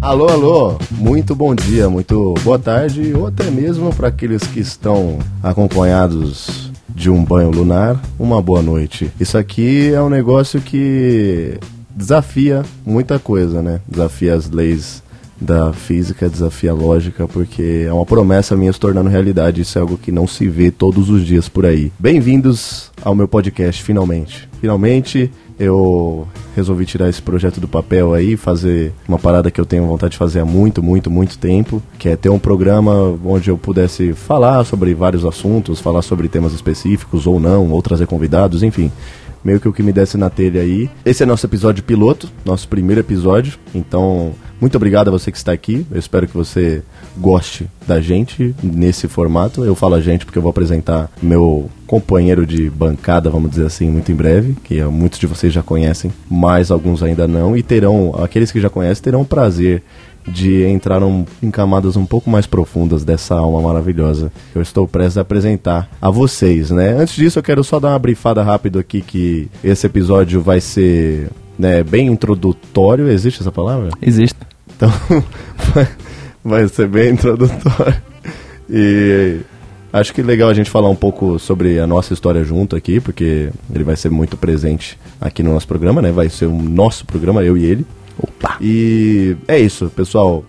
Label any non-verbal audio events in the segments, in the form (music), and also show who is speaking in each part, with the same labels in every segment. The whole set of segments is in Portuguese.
Speaker 1: Alô, alô, muito bom dia, muito boa tarde, ou até mesmo para aqueles que estão acompanhados de um banho lunar, uma boa noite. Isso aqui é um negócio que desafia muita coisa, né? Desafia as leis da física, desafia a lógica, porque é uma promessa minha se tornando realidade. Isso é algo que não se vê todos os dias por aí. Bem-vindos ao meu podcast, finalmente. Finalmente, eu resolvi tirar esse projeto do papel aí, fazer uma parada que eu tenho vontade de fazer há muito, muito, muito tempo, que é ter um programa onde eu pudesse falar sobre vários assuntos, falar sobre temas específicos ou não, ou trazer convidados, enfim. Meio que o que me desse na telha aí. Esse é nosso episódio piloto, nosso primeiro episódio. Então, muito obrigado a você que está aqui. Eu espero que você goste da gente nesse formato. Eu falo a gente porque eu vou apresentar meu companheiro de bancada, vamos dizer assim, muito em breve, que muitos de vocês já conhecem, mas alguns ainda não e terão, aqueles que já conhecem terão o prazer de entrar um, em camadas um pouco mais profundas dessa alma maravilhosa que eu estou prestes a apresentar a vocês, né? Antes disso, eu quero só dar uma brifada rápido aqui que esse episódio vai ser né, bem introdutório. Existe essa palavra?
Speaker 2: Existe.
Speaker 1: Então, (laughs) vai, vai ser bem introdutório. E acho que legal a gente falar um pouco sobre a nossa história junto aqui, porque ele vai ser muito presente aqui no nosso programa, né? Vai ser o nosso programa, eu e ele.
Speaker 2: Opa!
Speaker 1: E é isso, pessoal.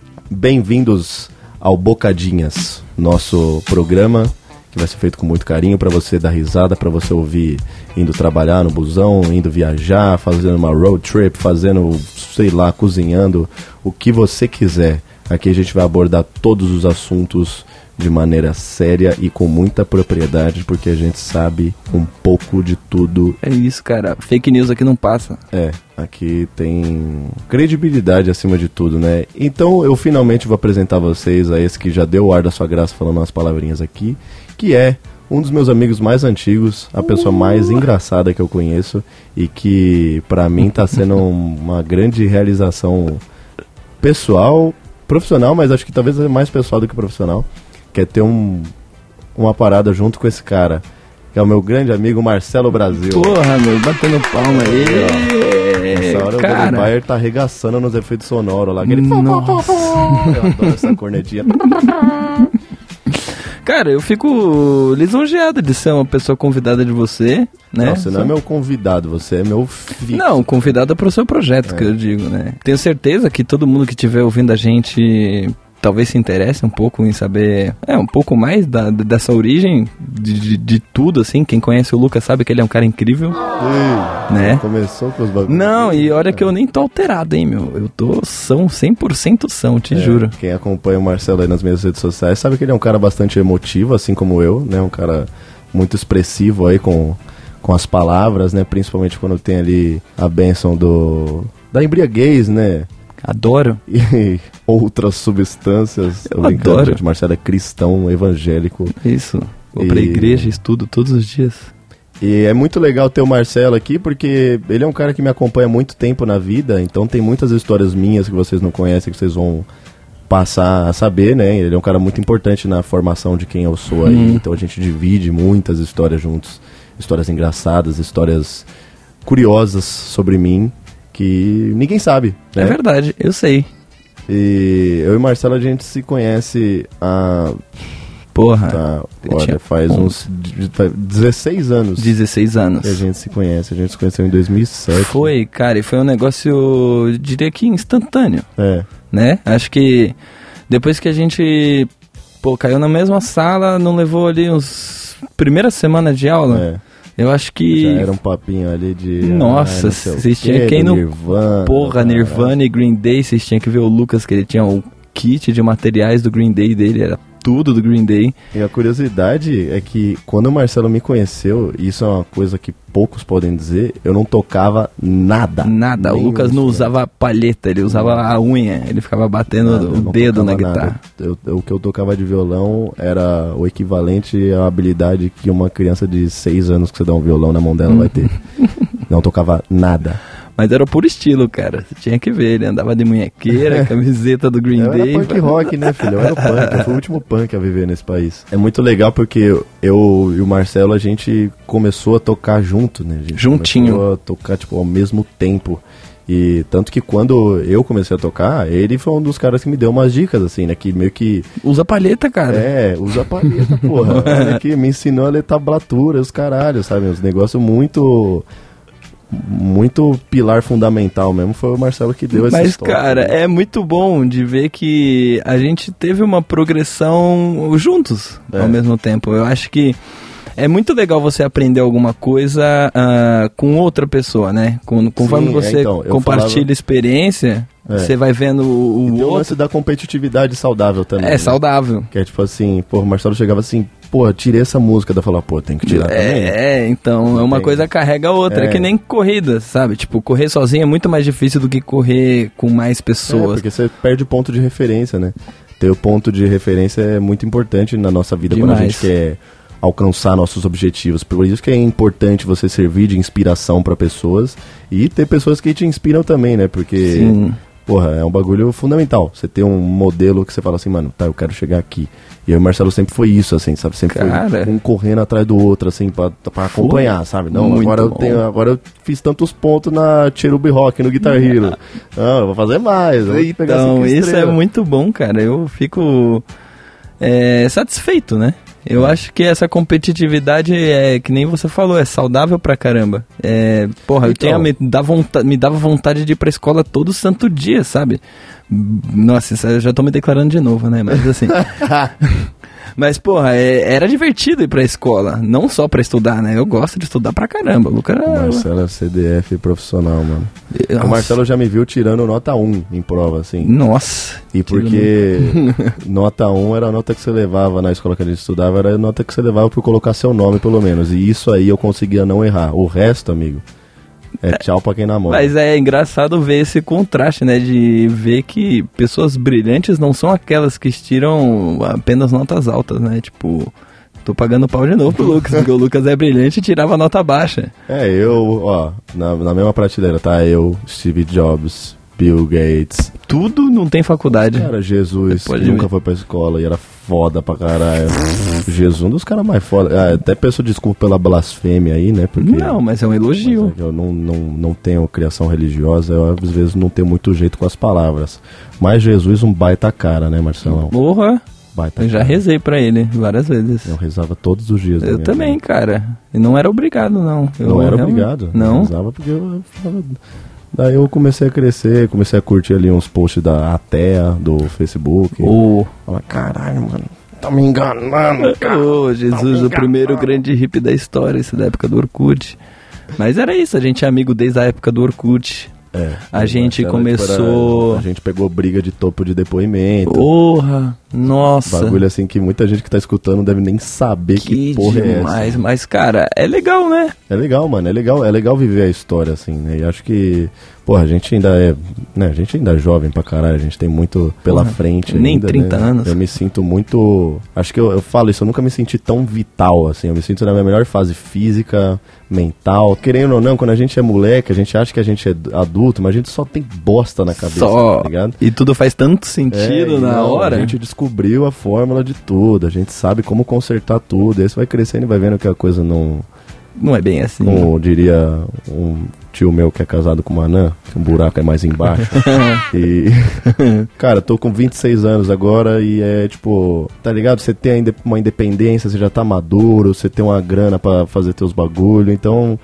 Speaker 1: Bem-vindos ao Bocadinhas, nosso programa que vai ser feito com muito carinho para você dar risada, para você ouvir indo trabalhar no busão, indo viajar, fazendo uma road trip, fazendo, sei lá, cozinhando, o que você quiser. Aqui a gente vai abordar todos os assuntos de maneira séria e com muita propriedade, porque a gente sabe um pouco de tudo.
Speaker 2: É isso, cara. Fake news aqui não passa.
Speaker 1: É, aqui tem credibilidade acima de tudo, né? Então eu finalmente vou apresentar vocês a esse que já deu o ar da sua graça falando umas palavrinhas aqui, que é um dos meus amigos mais antigos, a pessoa mais engraçada que eu conheço e que para mim tá sendo uma grande realização pessoal, profissional, mas acho que talvez é mais pessoal do que profissional, que é ter um, uma parada junto com esse cara, que é o meu grande amigo Marcelo Brasil.
Speaker 2: Porra, meu, batendo palma aí.
Speaker 1: Essa hora o Danny
Speaker 2: É, cara,
Speaker 1: Bayer tá arregaçando nos efeitos sonoros lá. Aquele... Eu adoro essa cornetinha.
Speaker 2: cara, eu fico lisonjeado de ser uma pessoa convidada de você, (laughs) né?
Speaker 1: Não, você não é meu convidado, você é meu filho.
Speaker 2: Não, convidada para o seu projeto, que eu digo, né? Tenho certeza que todo mundo que estiver ouvindo a gente talvez se interesse um pouco em saber é um pouco mais da, dessa origem de, de, de tudo assim quem conhece o Lucas sabe que ele é um cara incrível
Speaker 1: Ei,
Speaker 2: Né?
Speaker 1: Começou com os bagulhos.
Speaker 2: não e olha que eu nem tô alterado hein meu eu tô são 100% são te
Speaker 1: É,
Speaker 2: juro
Speaker 1: Quem acompanha o Marcelo aí nas minhas redes sociais sabe que ele é um cara bastante emotivo, assim como eu, né? Um cara muito expressivo aí com, com as palavras, né? Principalmente quando tem ali a benção do. da embriaguez, né? (laughs)
Speaker 2: adoro
Speaker 1: E outras substâncias. Tô
Speaker 2: Eu
Speaker 1: brincando,
Speaker 2: adoro.
Speaker 1: gente. Marcelo é cristão, evangélico.
Speaker 2: isso vou pra
Speaker 1: E-
Speaker 2: igreja estudo todos os dias
Speaker 1: E é muito legal ter o Marcelo aqui, porque ele é um cara que me acompanha há muito tempo na vida, então tem muitas histórias minhas que vocês não conhecem, que vocês vão passar a saber, né? Ele é um cara muito importante na formação de quem eu sou aí,
Speaker 2: Uhum.
Speaker 1: então a gente divide muitas histórias juntos, histórias engraçadas, histórias curiosas sobre mim, que ninguém sabe,
Speaker 2: é
Speaker 1: né?
Speaker 2: verdade eu sei
Speaker 1: E eu e o Marcelo, a gente se conhece há,
Speaker 2: porra
Speaker 1: tá,
Speaker 2: eu
Speaker 1: olha,
Speaker 2: Ah, tinha
Speaker 1: faz
Speaker 2: onze.
Speaker 1: uns de- faz 16 anos.
Speaker 2: 16 anos
Speaker 1: que a gente se conhece. A gente se conheceu em 2007.
Speaker 2: foi cara e foi um negócio eu diria que instantâneo
Speaker 1: É.
Speaker 2: né? Acho que depois que a gente pô, caiu na mesma sala, não levou ali uns primeira semana de aula,
Speaker 1: é.
Speaker 2: eu acho
Speaker 1: Já
Speaker 2: que
Speaker 1: era um papinho ali de.
Speaker 2: Nossa,
Speaker 1: ah, não sei o
Speaker 2: vocês
Speaker 1: quê,
Speaker 2: tinham quem
Speaker 1: do
Speaker 2: não-
Speaker 1: Nirvana, tá.
Speaker 2: porra,
Speaker 1: caralho.
Speaker 2: Nirvana e Green Day, vocês tinham que ver o Lucas que ele tinha um kit de materiais do Green Day dele, era tudo do Green Day.
Speaker 1: E a curiosidade é que quando o Marcelo me conheceu, e isso é uma coisa que poucos podem dizer, eu não tocava nada.
Speaker 2: Nada, o
Speaker 1: Nenhum
Speaker 2: Lucas não
Speaker 1: instrumento.
Speaker 2: usava palheta, ele usava a unha, ele ficava batendo
Speaker 1: Nada, eu
Speaker 2: o
Speaker 1: não
Speaker 2: dedo na
Speaker 1: tocava nada.
Speaker 2: guitarra.
Speaker 1: Eu- eu- o que eu tocava de violão era o equivalente à habilidade que uma criança de 6 anos que você dá um violão na mão dela vai
Speaker 2: (laughs)
Speaker 1: ter. não tocava nada.
Speaker 2: Mas era o puro estilo, cara. Você tinha que ver, ele andava de
Speaker 1: (laughs)
Speaker 2: munhequeira, camiseta do Green
Speaker 1: Eu era
Speaker 2: Day.
Speaker 1: punk rock, né, filho? Eu era o punk, eu fui o último punk a viver nesse país. É muito legal porque eu, eu e o Marcelo, a gente começou a tocar junto, né? A gente
Speaker 2: Juntinho.
Speaker 1: começou a tocar, tipo, ao mesmo tempo. E tanto que quando eu comecei a tocar, ele foi um dos caras que me deu umas dicas, assim, né? Que meio que.
Speaker 2: Usa palheta, cara.
Speaker 1: É, usa palheta, (laughs) porra. Olha que me ensinou a letablatura, os caralhos, sabe? Uns negócios muito muito pilar fundamental mesmo foi o Marcelo que deu essa
Speaker 2: Mas,
Speaker 1: história. né?
Speaker 2: cara, é muito bom de ver que a gente teve uma progressão juntos
Speaker 1: É.
Speaker 2: ao mesmo tempo. Eu acho que é muito legal você aprender alguma coisa ah, com outra pessoa, né? Com, conforme
Speaker 1: é,
Speaker 2: você
Speaker 1: então, eu
Speaker 2: compartilha
Speaker 1: falava-
Speaker 2: experiência,
Speaker 1: É.
Speaker 2: você vai vendo o,
Speaker 1: E tem
Speaker 2: o
Speaker 1: o
Speaker 2: outro.
Speaker 1: lance da competitividade saudável também.
Speaker 2: É
Speaker 1: né?
Speaker 2: saudável.
Speaker 1: Que é tipo assim, pô, o Marcelo chegava assim, pô, tirei essa música. Daí eu falava, pô, tem que tirar também.
Speaker 2: É, é, então, é uma
Speaker 1: Entendi.
Speaker 2: coisa carrega a outra,
Speaker 1: É.
Speaker 2: é. que nem corrida, sabe? Tipo, correr sozinho é muito mais difícil do que correr com mais
Speaker 1: É,
Speaker 2: pessoas.
Speaker 1: porque você perde o ponto de referência, né? Ter o ponto de referência é muito importante na nossa vida quando a
Speaker 2: Demais.
Speaker 1: gente quer alcançar nossos objetivos. Por isso que é importante você servir de inspiração pra pessoas e ter pessoas que te inspiram também, né? Porque
Speaker 2: Sim.
Speaker 1: Porra, é um bagulho fundamental. Você ter um modelo que você fala assim, mano, tá, eu quero chegar aqui. E eu e o Marcelo sempre foi isso, assim, sabe? Sempre
Speaker 2: Cara.
Speaker 1: foi um correndo atrás do outro, assim, pra, pra acompanhar, sabe? Não,
Speaker 2: Muito
Speaker 1: agora eu,
Speaker 2: bom.
Speaker 1: tenho, agora eu fiz tantos pontos na Cherub Rock, no Guitar
Speaker 2: (laughs)
Speaker 1: Hero. Não, eu vou fazer mais. Eu vou pegar
Speaker 2: Então,
Speaker 1: cinco
Speaker 2: isso é
Speaker 1: estrelas.
Speaker 2: muito bom, cara. Eu fico é, satisfeito, né? Eu
Speaker 1: É.
Speaker 2: acho que essa competitividade é que nem você falou, é saudável pra caramba. É, porra, eu
Speaker 1: Então.
Speaker 2: tinha, me, dá vonta, me dava vontade de ir pra escola todo santo dia, sabe? Nossa, isso- eu já tô me declarando de novo, né?
Speaker 1: (laughs)
Speaker 2: Mas assim. Mas, porra, é- era divertido ir pra escola. Não só pra estudar, né? Eu gosto de estudar pra caramba. O Luca era.
Speaker 1: O Marcelo é CDF profissional, mano.
Speaker 2: Nossa.
Speaker 1: O Marcelo já me viu tirando nota 1 em prova, assim.
Speaker 2: Nossa.
Speaker 1: E porque
Speaker 2: um.
Speaker 1: (laughs)
Speaker 2: (laughs)
Speaker 1: nota 1 era a nota que você levava na escola que a gente estudava, era a nota que você levava por colocar seu nome, pelo menos. E isso aí eu conseguia não errar. O resto, amigo, é tchau pra quem namora.
Speaker 2: Mas é engraçado ver esse contraste, né? De ver que pessoas brilhantes não são aquelas que tiram apenas notas altas, né? Tipo, tô pagando pau de novo pro Lucas, porque o Lucas é brilhante e tirava nota baixa.
Speaker 1: É, eu, ó, na, na mesma prateleira, tá? Eu, Steve Jobs, Bill Gates,
Speaker 2: Tudo não tem faculdade.
Speaker 1: cara, Jesus,
Speaker 2: Depois
Speaker 1: que
Speaker 2: de
Speaker 1: nunca
Speaker 2: mim.
Speaker 1: foi pra escola e era foda pra caralho. Jesus, um dos caras mais foda. Ah, até peço desculpa pela blasfêmia aí, né? Porque...
Speaker 2: Não, mas é um elogio.
Speaker 1: Mas é que eu não, não, não tenho criação religiosa, eu às vezes não tenho muito jeito com as palavras. Mas Jesus, um baita cara, né, Marcelão?
Speaker 2: Porra,
Speaker 1: Baita
Speaker 2: Hum, eu já
Speaker 1: cara.
Speaker 2: rezei pra ele várias vezes.
Speaker 1: Eu rezava todos os dias. da
Speaker 2: Eu
Speaker 1: minha
Speaker 2: também,
Speaker 1: vida.
Speaker 2: cara. E não era obrigado, não. Eu
Speaker 1: é um Não era
Speaker 2: realmente-
Speaker 1: obrigado. é Eu
Speaker 2: Não.
Speaker 1: rezava porque eu. eu falava- Daí eu comecei a crescer, comecei a curtir ali uns posts da Atea, do Facebook.
Speaker 2: O
Speaker 1: Fala, caralho, mano, tá me
Speaker 2: (laughs)
Speaker 1: enganando, cara.
Speaker 2: Ô, Jesus,
Speaker 1: Tá
Speaker 2: o primeiro grande hippie da história, isso da época do Orkut. Mas era isso, a gente é amigo desde a época do Orkut.
Speaker 1: É,
Speaker 2: A gente
Speaker 1: era,
Speaker 2: começou-
Speaker 1: tipo, era- a gente pegou briga de topo de depoimento.
Speaker 2: Porra, nossa.
Speaker 1: Bagulho assim que muita gente que tá escutando não deve nem saber que,
Speaker 2: que
Speaker 1: porra é essa.
Speaker 2: demais, mas cara, é legal, né?
Speaker 1: É legal, mano, é legal, é legal viver a história assim, né? E acho que, porra, a gente ainda é, né, a gente ainda é jovem pra caralho, a gente tem muito pela
Speaker 2: Porra,
Speaker 1: frente
Speaker 2: nem
Speaker 1: ainda,
Speaker 2: 30
Speaker 1: né?
Speaker 2: anos.
Speaker 1: Eu me sinto muito, acho que eu, eu falo isso, eu nunca me senti tão vital assim, eu me sinto na minha melhor fase física, mental. Querendo ou não, quando a gente é moleque, a gente acha que a gente é adulto, mas a gente só tem bosta na cabeça,
Speaker 2: Só.
Speaker 1: tá ligado?
Speaker 2: E tudo faz tanto
Speaker 1: É,
Speaker 2: sentido
Speaker 1: e
Speaker 2: na
Speaker 1: não,
Speaker 2: hora.
Speaker 1: A gente descobriu a fórmula de tudo, a gente sabe como consertar tudo. Aí você vai crescendo e vai vendo que a coisa não.
Speaker 2: Não é bem assim.
Speaker 1: Como diria um tio meu que é casado com uma anã, que o buraco é mais
Speaker 2: (laughs)
Speaker 1: embaixo. e. (laughs) Cara, eu tô com 26 anos agora e é tipo. Tá ligado? Você tem ainda uma independência, você já tá maduro, você tem uma grana pra fazer teus bagulho, então.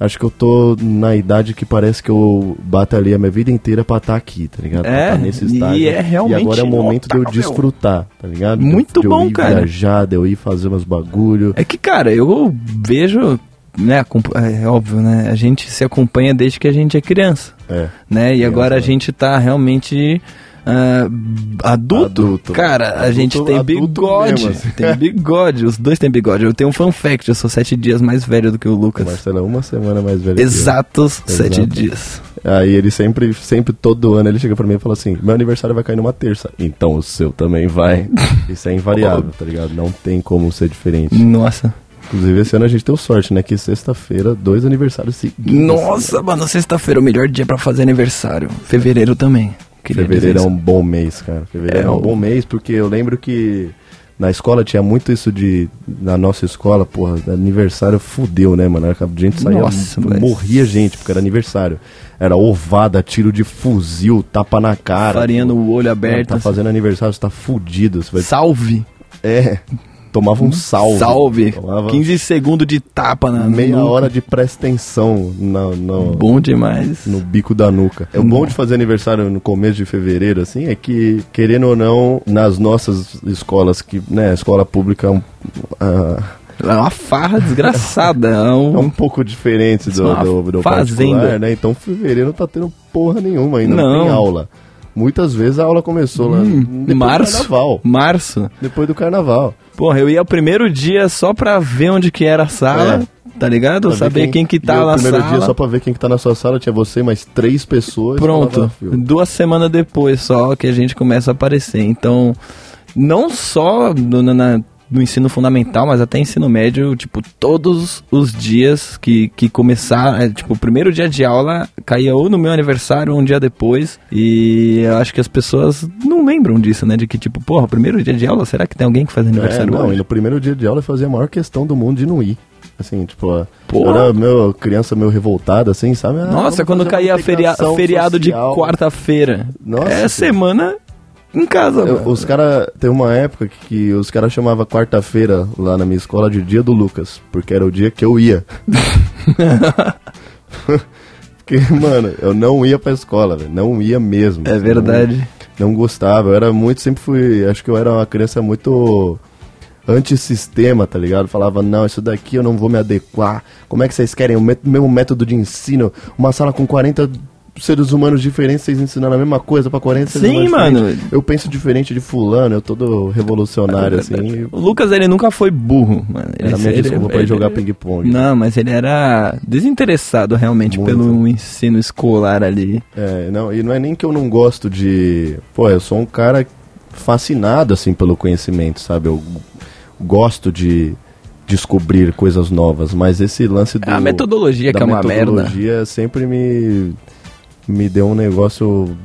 Speaker 1: Acho que eu tô na idade que parece que eu bato ali a minha vida inteira pra estar aqui, tá ligado? Pra
Speaker 2: É,
Speaker 1: tá nesse
Speaker 2: e
Speaker 1: estágio.
Speaker 2: é realmente
Speaker 1: E agora é o momento de eu
Speaker 2: notável.
Speaker 1: desfrutar, tá ligado?
Speaker 2: Muito
Speaker 1: de eu
Speaker 2: bom,
Speaker 1: ir
Speaker 2: cara.
Speaker 1: viajar, de eu ir fazer meus bagulho.
Speaker 2: É que, cara, eu vejo, né, acompa- é óbvio, né? A gente se acompanha desde que a gente é criança.
Speaker 1: É.
Speaker 2: né? E
Speaker 1: Criança,
Speaker 2: agora a
Speaker 1: né?
Speaker 2: gente tá realmente ah, adulto.
Speaker 1: Adulto.
Speaker 2: Cara, a
Speaker 1: Adulto-
Speaker 2: gente tem
Speaker 1: adulto
Speaker 2: bigode.
Speaker 1: mesmo, assim. (laughs)
Speaker 2: Tem bigode, os dois têm bigode. Eu tenho um fun fact, eu sou sete dias mais velho do que o
Speaker 1: O
Speaker 2: Lucas.
Speaker 1: Marcelo é uma semana mais velho que eu.
Speaker 2: Exatos sete
Speaker 1: Exato.
Speaker 2: dias.
Speaker 1: Aí ele sempre, sempre, todo ano, ele chega pra mim e fala assim: Meu aniversário vai cair numa terça. Então o seu também vai.
Speaker 2: (laughs)
Speaker 1: Isso é invariável, tá ligado? Não tem como ser diferente.
Speaker 2: Nossa.
Speaker 1: Inclusive, esse ano a gente deu sorte, né? Que sexta-feira, dois aniversários seguidos.
Speaker 2: Nossa, mano, sexta-feira é o melhor dia pra fazer aniversário. Fevereiro também. Queria dizer
Speaker 1: Fevereiro é
Speaker 2: isso.
Speaker 1: um bom mês, cara. Fevereiro é,
Speaker 2: É
Speaker 1: um
Speaker 2: o-
Speaker 1: bom mês, porque eu lembro que Na escola tinha muito isso de. Na nossa escola, porra, aniversário fudeu, né, mano? A gente saía.
Speaker 2: Nossa, mas-
Speaker 1: morria gente, porque era aniversário. Era ovada, tiro de fuzil, tapa na cara.
Speaker 2: Farinhando o olho
Speaker 1: Mano,
Speaker 2: aberto.
Speaker 1: Tá fazendo aniversário, você tá fudido. Você vai...
Speaker 2: Salve!
Speaker 1: É. Tomava um salve.
Speaker 2: Salve!
Speaker 1: Tomava
Speaker 2: 15 segundos de tapa na
Speaker 1: meia
Speaker 2: nuca.
Speaker 1: hora de presta atenção na- no,
Speaker 2: Bom demais.
Speaker 1: no bico da nuca. É o bom de fazer aniversário no começo de fevereiro, assim, é que, querendo ou não, nas nossas escolas, que, né, a escola pública é um, ah,
Speaker 2: É uma farra desgraçada. É
Speaker 1: é
Speaker 2: um...
Speaker 1: um pouco diferente do,
Speaker 2: Uma
Speaker 1: do, do
Speaker 2: fazenda.
Speaker 1: particular, né? Então fevereiro não tá tendo porra nenhuma ainda, não,
Speaker 2: Não.
Speaker 1: tem aula. Muitas vezes a aula começou lá depois do
Speaker 2: Hum, março.
Speaker 1: carnaval.
Speaker 2: Março.
Speaker 1: Depois do carnaval.
Speaker 2: Porra, eu ia o primeiro dia só pra ver onde que era a sala, tá ligado?
Speaker 1: É. Pra ver
Speaker 2: Saber quem, que
Speaker 1: e
Speaker 2: tá
Speaker 1: eu,
Speaker 2: na
Speaker 1: primeiro
Speaker 2: sala.
Speaker 1: dia só pra ver quem que tá na sua sala, tinha você e mais três pessoas.
Speaker 2: Pronto.
Speaker 1: Falava, "Fio,
Speaker 2: Duas semanas depois só que a gente começa a aparecer. Então, não só no, na- na- no ensino fundamental, mas até ensino médio, tipo, todos os dias que, que começar, é, tipo, o primeiro dia de aula caía ou no meu aniversário ou um dia depois. E eu acho que as pessoas não lembram disso, né? De que, tipo, porra, primeiro dia de aula, será que tem alguém que faz (laughs) aniversário
Speaker 1: É, não,
Speaker 2: hoje?
Speaker 1: e no primeiro dia de aula eu fazia a maior questão do mundo de não ir. Assim, tipo, a-
Speaker 2: Porra.
Speaker 1: era meu, criança meio revoltada, assim, sabe? Ah,
Speaker 2: Nossa,
Speaker 1: vamos
Speaker 2: quando
Speaker 1: fazer uma
Speaker 2: caía feria-
Speaker 1: integração
Speaker 2: feriado
Speaker 1: social.
Speaker 2: de quarta-feira.
Speaker 1: Nossa,
Speaker 2: é
Speaker 1: cara.
Speaker 2: semana em casa,
Speaker 1: Eu-
Speaker 2: mano.
Speaker 1: Os caras, tem uma época que, que os caras chamavam quarta-feira lá na minha escola de dia do Lucas, porque era o dia que eu
Speaker 2: (laughs)
Speaker 1: ia. (laughs) porque, mano, eu não ia pra escola, velho, não ia mesmo.
Speaker 2: É verdade.
Speaker 1: Não, não gostava, eu era muito, sempre fui, acho que eu era uma criança muito antissistema, tá ligado? Falava, não, isso daqui eu não vou me adequar. Como é que vocês querem o mé- mesmo método de ensino? Uma sala com 40 seres humanos diferentes, vocês ensinando a mesma coisa pra 40 seres
Speaker 2: Sim,
Speaker 1: humanos
Speaker 2: mano.
Speaker 1: diferentes. Eu penso diferente de fulano, eu todo
Speaker 2: (laughs)
Speaker 1: revolucionário, assim.
Speaker 2: O Lucas, ele nunca foi burro, mano. Ele,
Speaker 1: Era a minha
Speaker 2: ele-
Speaker 1: desculpa pra
Speaker 2: ele-
Speaker 1: ele jogar ping-pong.
Speaker 2: né?
Speaker 1: né?
Speaker 2: Não, mas ele era desinteressado realmente
Speaker 1: Muito.
Speaker 2: pelo ensino escolar ali.
Speaker 1: É, não, e não é nem que eu não gosto de. Pô, eu sou um cara fascinado, assim, pelo conhecimento, sabe? Eu gosto de descobrir coisas novas, mas esse lance do.
Speaker 2: É, A metodologia
Speaker 1: da
Speaker 2: que é uma merda.
Speaker 1: metodologia sempre me. me deu um negócio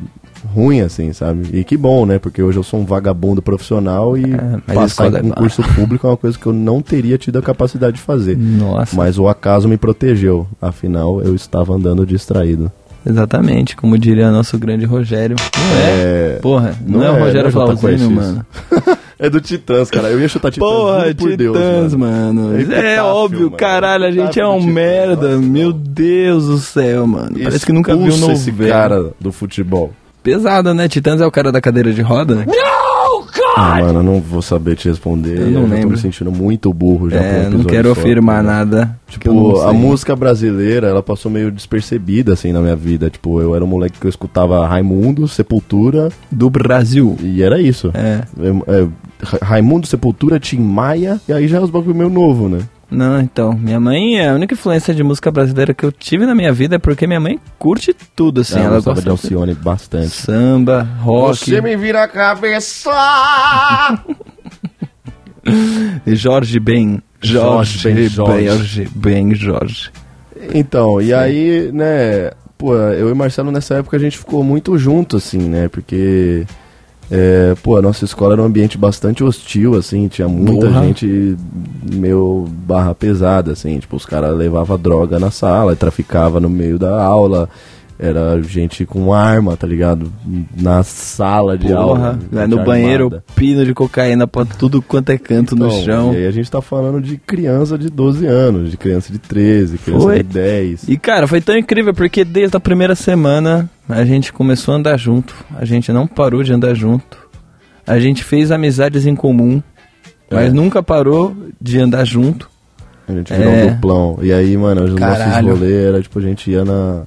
Speaker 1: ruim, assim, sabe? E que bom, né? Porque hoje eu sou um vagabundo profissional e
Speaker 2: É, mas
Speaker 1: passar
Speaker 2: escola é
Speaker 1: em concurso público é uma coisa que eu não teria tido a capacidade de fazer.
Speaker 2: Nossa,
Speaker 1: Mas o acaso me protegeu, afinal eu estava andando distraído.
Speaker 2: exatamente, como diria nosso grande Rogério. Não é,
Speaker 1: É.
Speaker 2: porra, não,
Speaker 1: não
Speaker 2: é o
Speaker 1: é,
Speaker 2: Rogério
Speaker 1: né, Jota
Speaker 2: Flauzino,
Speaker 1: Quest, isso.
Speaker 2: mano.
Speaker 1: É do Titãs, cara. Eu ia chutar Titãs,
Speaker 2: Porra,
Speaker 1: juro por
Speaker 2: Titãs,
Speaker 1: Deus. mano.
Speaker 2: mano.
Speaker 1: É
Speaker 2: É,
Speaker 1: epitáfio,
Speaker 2: óbvio,
Speaker 1: mano.
Speaker 2: caralho, a gente é um
Speaker 1: Epitáfio de Titãs,
Speaker 2: merda.
Speaker 1: nossa,
Speaker 2: Meu
Speaker 1: não.
Speaker 2: Deus do céu, mano. Parece que nunca viu um
Speaker 1: Expulsa
Speaker 2: no
Speaker 1: esse cara do futebol.
Speaker 2: Pesado, né? Titãs é o cara da cadeira de roda? né?
Speaker 1: Ah, mano, eu não vou saber te responder.
Speaker 2: Eu não
Speaker 1: já tô
Speaker 2: lembro.
Speaker 1: me sentindo muito burro já por um
Speaker 2: É, não
Speaker 1: episódio
Speaker 2: quero
Speaker 1: só.
Speaker 2: afirmar nada. que eu
Speaker 1: né? Tipo,
Speaker 2: não
Speaker 1: a
Speaker 2: sei.
Speaker 1: música brasileira, ela passou meio despercebida, assim, na minha vida. Tipo, eu era um moleque que eu escutava Raimundo, Sepultura,
Speaker 2: do Brasil.
Speaker 1: e era isso.
Speaker 2: É.
Speaker 1: É, é, Ra- Raimundo, Sepultura, Tim Maia, e aí já é os bagulho meio novo, né?
Speaker 2: Não, então, minha mãe, a única influência de música brasileira que eu tive na minha vida é porque minha mãe curte tudo, assim.
Speaker 1: eu
Speaker 2: ela
Speaker 1: Ah, gostava
Speaker 2: gosta
Speaker 1: de Alcione né?
Speaker 2: de
Speaker 1: bastante.
Speaker 2: samba, rock,
Speaker 1: me vira a cabeça!
Speaker 2: e Jorge Ben.
Speaker 1: Jorge
Speaker 2: Jorge Ben,
Speaker 1: Ben, Jorge.
Speaker 2: Jorge Ben, Jorge.
Speaker 1: Então, e aí, né, pô, eu e Marcelo nessa época a gente ficou muito junto, assim, né, porque, é, pô, a nossa escola era um ambiente bastante hostil, assim, tinha muita
Speaker 2: Porra.
Speaker 1: gente meio barra pesada, assim, tipo, os caras levavam droga na sala, traficava no meio da aula, era gente com arma, tá ligado, na sala de aula.
Speaker 2: Porra, vai
Speaker 1: gente
Speaker 2: no
Speaker 1: armada.
Speaker 2: banheiro, pino de cocaína pra tudo quanto é canto no
Speaker 1: Então,
Speaker 2: chão.
Speaker 1: E aí a gente tá falando de criança de 12 anos, de criança de 13, criança
Speaker 2: Foi.
Speaker 1: de 10.
Speaker 2: E cara, foi tão incrível porque desde a primeira semana a gente começou a andar junto, a gente não parou de andar junto, a gente fez amizades em comum, mas
Speaker 1: É.
Speaker 2: nunca parou de andar junto.
Speaker 1: A gente virou
Speaker 2: É.
Speaker 1: um duplão. E aí, mano, os
Speaker 2: Caralho.
Speaker 1: nossos rolês era tipo, a gente ia na.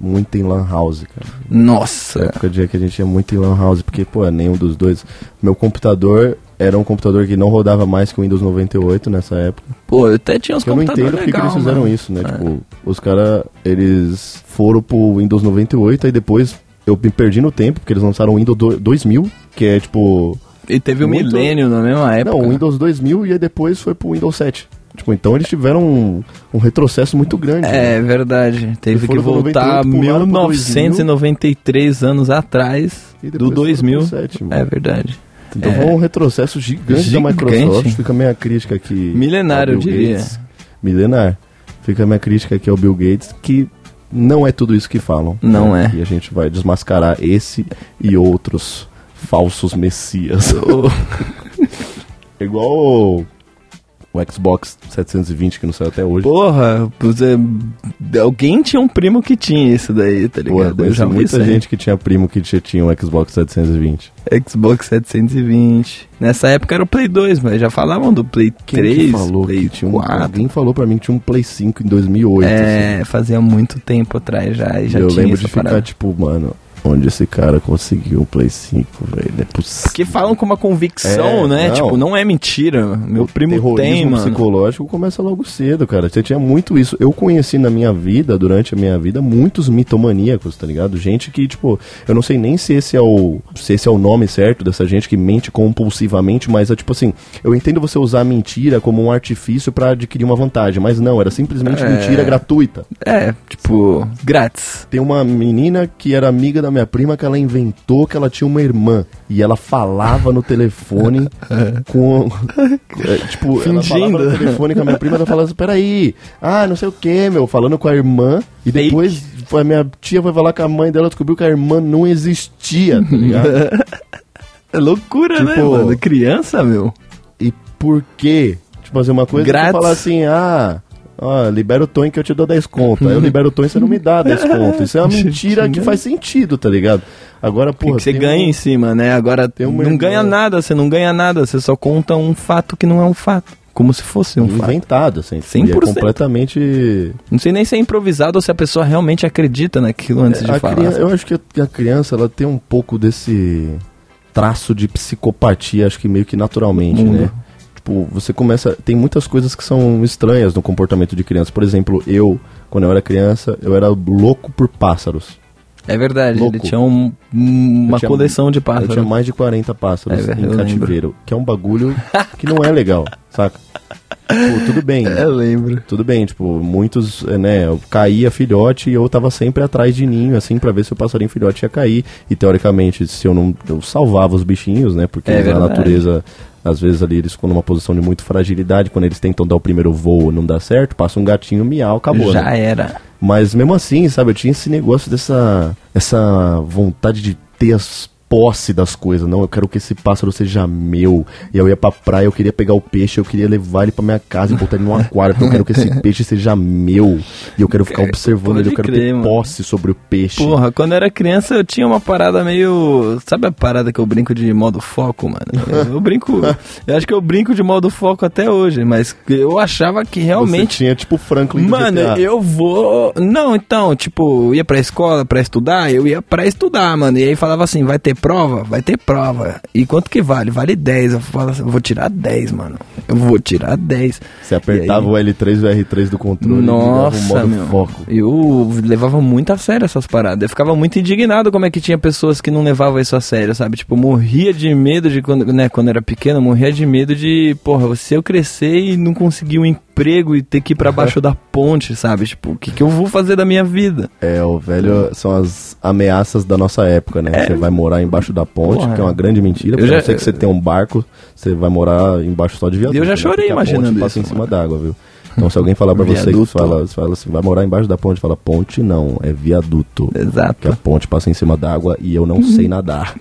Speaker 1: Muito em Lan House, cara.
Speaker 2: Nossa!
Speaker 1: Época de dia que a gente ia muito em Lan House, porque, pô, nenhum dos dois. Meu computador era um computador que não rodava mais que o Windows 98 nessa época.
Speaker 2: Pô, eu até tinha uns
Speaker 1: Que eu não
Speaker 2: computadores
Speaker 1: entendo porque que
Speaker 2: legal,
Speaker 1: eles fizeram
Speaker 2: mano.
Speaker 1: isso, né?
Speaker 2: É.
Speaker 1: Tipo, os caras, eles foram pro Windows 98, aí depois eu me perdi no tempo, porque eles lançaram o Windows do- 2000, que é tipo.
Speaker 2: E teve o
Speaker 1: Muito-
Speaker 2: milênio na mesma época. né?
Speaker 1: Não, o Windows 2000 e aí depois foi pro Windows 7. Tipo, então eles tiveram um, um retrocesso muito grande. né?
Speaker 2: É verdade, teve
Speaker 1: Eles
Speaker 2: que
Speaker 1: foram do
Speaker 2: voltar
Speaker 1: 98, pularam pro
Speaker 2: 1993 anos atrás
Speaker 1: E depois
Speaker 2: do
Speaker 1: foram pro
Speaker 2: 2000.
Speaker 1: sétimo.
Speaker 2: É verdade. (laughs)
Speaker 1: Então foi um retrocesso gigante,
Speaker 2: Gigante.
Speaker 1: da Microsoft. Fica a minha crítica aqui.
Speaker 2: Milenar,
Speaker 1: ao
Speaker 2: eu
Speaker 1: Bill
Speaker 2: diria.
Speaker 1: Gates. Milenar. Fica a minha crítica aqui ao Bill Gates, que não é tudo isso que falam.
Speaker 2: Não é.
Speaker 1: E a gente vai desmascarar esse e outros falsos
Speaker 2: (laughs)
Speaker 1: messias. É Igual o, o Xbox 720 que não saiu até hoje.
Speaker 2: Porra, você- alguém tinha um primo que tinha isso daí, tá
Speaker 1: Pô,
Speaker 2: ligado?
Speaker 1: eu conheci
Speaker 2: vi isso
Speaker 1: muita
Speaker 2: aí.
Speaker 1: gente que tinha primo que já tinha um Xbox 720.
Speaker 2: Xbox 720. Nessa época era o Play 2, mas já falavam do Play
Speaker 1: Quem
Speaker 2: 3,
Speaker 1: que falou
Speaker 2: Play
Speaker 1: que tinha um,
Speaker 2: 4.
Speaker 1: Alguém falou pra mim que tinha um Play 5 em 2008. assim.
Speaker 2: É, fazia muito tempo atrás já, e
Speaker 1: E
Speaker 2: já
Speaker 1: eu
Speaker 2: tinha
Speaker 1: lembro
Speaker 2: essa
Speaker 1: de ficar
Speaker 2: parada.
Speaker 1: tipo, mano, onde esse cara conseguiu um Play 5, velho? Não é possível.
Speaker 2: Porque falam com uma convicção,
Speaker 1: É,
Speaker 2: né?
Speaker 1: não.
Speaker 2: Tipo, não é mentira. Meu
Speaker 1: O
Speaker 2: primo
Speaker 1: terrorismo
Speaker 2: tem, mano.
Speaker 1: psicológico começa logo cedo, cara. Você tinha muito isso. Eu conheci na minha vida, durante a minha vida, muitos mitomaníacos, tá ligado? Gente que, tipo, eu não sei nem se esse é o se esse é o nome certo dessa gente que mente compulsivamente, mas é tipo assim, eu entendo você usar a mentira como um artifício pra adquirir uma vantagem, mas não, era simplesmente
Speaker 2: É.
Speaker 1: mentira gratuita.
Speaker 2: É, tipo, grátis.
Speaker 1: Tem uma menina que era amiga da minha prima que ela inventou que ela tinha uma irmã e ela falava no
Speaker 2: (laughs)
Speaker 1: telefone com é, tipo, ela
Speaker 2: Fingindo.
Speaker 1: falava no telefone com a minha prima, ela falava assim, peraí, ah, não sei o que, meu, falando com a irmã e
Speaker 2: Fake.
Speaker 1: depois foi- a minha tia foi falar com a mãe dela, descobriu que a irmã não existia, tá ligado?
Speaker 2: É loucura, né,
Speaker 1: Tipo-
Speaker 2: mano? Criança, meu.
Speaker 1: e por quê? Tipo assim, uma coisa
Speaker 2: Grátis.
Speaker 1: que falar assim, ah, ó, libera o Tom que eu te dou 10 conto.
Speaker 2: (laughs)
Speaker 1: Aí eu libero o Tom e você não me dá 10 conto. Isso é uma mentira que faz sentido, tá ligado? Agora, porra.
Speaker 2: né? que você
Speaker 1: tem um-
Speaker 2: ganha em cima, né? Agora
Speaker 1: tem uma
Speaker 2: não
Speaker 1: irmã-
Speaker 2: ganha nada, você não ganha nada, você só conta um fato que não é um fato. Como se fosse um fato.
Speaker 1: inventado, assim.
Speaker 2: 100%.
Speaker 1: E é completamente.
Speaker 2: Não sei nem se é improvisado ou se a pessoa realmente acredita naquilo antes de
Speaker 1: a
Speaker 2: falar.
Speaker 1: criança- É, eu acho que a- que a criança ela tem um pouco desse traço de psicopatia, acho que meio que naturalmente,
Speaker 2: Mundo.
Speaker 1: né? Tipo, você começa. Tem muitas coisas que são estranhas no comportamento de criança. Por exemplo, eu, quando eu era criança, eu era louco por pássaros.
Speaker 2: É verdade,
Speaker 1: Louco.
Speaker 2: ele tinha um- um- uma
Speaker 1: tinha-
Speaker 2: coleção de
Speaker 1: Eu tinha um-
Speaker 2: pássaros.
Speaker 1: mais de 40
Speaker 2: É
Speaker 1: pássaros
Speaker 2: verdade,
Speaker 1: em
Speaker 2: eu lembro.
Speaker 1: cativeiro, que é um bagulho que não é legal, saca? Pô, tudo bem,
Speaker 2: É.
Speaker 1: né?
Speaker 2: lembro.
Speaker 1: Tudo bem, tipo, muitos, eh, né, eu caía filhote e eu tava sempre atrás de ninho, assim, pra ver se o passarinho filhote ia cair. E teoricamente, se eu não. Eu salvava os bichinhos, né? Porque
Speaker 2: É
Speaker 1: a
Speaker 2: verdade.
Speaker 1: natureza, às vezes ali eles ficam numa posição de muito fragilidade. Quando eles tentam dar o primeiro voo não dá certo, passa um gatinho miau, acabou.
Speaker 2: Já
Speaker 1: né?
Speaker 2: era.
Speaker 1: Mas mesmo assim, sabe, eu tinha esse negócio dessa essa vontade de ter as posse das coisas, não, eu quero que esse pássaro seja meu, e eu ia pra praia eu queria pegar o peixe, eu queria levar ele pra minha casa e botar ele num aquário, porque eu quero que
Speaker 2: (laughs)
Speaker 1: esse peixe seja meu, e eu quero ficar observando ele, eu
Speaker 2: É, pode
Speaker 1: quero
Speaker 2: crer,
Speaker 1: ter
Speaker 2: mano.
Speaker 1: posse sobre o peixe
Speaker 2: Porra, quando eu era criança eu tinha uma parada meio. Sabe a parada que eu brinco de modo foco, mano? Eu,
Speaker 1: (laughs)
Speaker 2: eu brinco. Eu acho que eu brinco de modo foco até hoje, mas eu achava que realmente
Speaker 1: Você tinha tipo o Franklin do
Speaker 2: Mano,
Speaker 1: GTA.
Speaker 2: eu vou. Não, então, tipo, eu ia pra escola pra estudar, eu ia pra estudar, mano. E aí falava assim: vai ter prova? Vai ter prova. E quanto que vale? Vale 10. Eu falava assim: vou tirar 10, mano. Eu vou tirar 10.
Speaker 1: Você apertava
Speaker 2: E
Speaker 1: o L3 e o R3 do
Speaker 2: um
Speaker 1: controle e ligava
Speaker 2: Nossa,
Speaker 1: o modo
Speaker 2: meu.
Speaker 1: foco.
Speaker 2: Eu levava muito a sério essas paradas. Eu ficava muito indignado como é que tinha pessoas que não levavam isso a sério, sabe? Tipo, morria de medo de quando, né, quando era pequeno, morria de medo de, porra, se eu crescer e não conseguir um emprego e ter que ir pra baixo da ponte, sabe? Tipo, o que, que eu vou fazer da minha vida?
Speaker 1: É, o velho são as ameaças da nossa época, né? Você vai morar embaixo da ponte,
Speaker 2: É. Porra.
Speaker 1: que é uma grande mentira,
Speaker 2: Eu
Speaker 1: porque
Speaker 2: já-
Speaker 1: a não ser que você tem um barco, você vai morar embaixo só de viaduto.
Speaker 2: Eu já
Speaker 1: né?
Speaker 2: chorei
Speaker 1: Porque a
Speaker 2: imaginando
Speaker 1: ponte passa
Speaker 2: isso,
Speaker 1: em cima d'água, viu? Então se alguém falar pra você que
Speaker 2: Viaduto.
Speaker 1: fala, você fala assim, vai morar embaixo da ponte, fala, ponte não, é viaduto. Porque a
Speaker 2: Exato.
Speaker 1: ponte passa em cima d'água e
Speaker 2: (laughs)
Speaker 1: eu não sei nadar.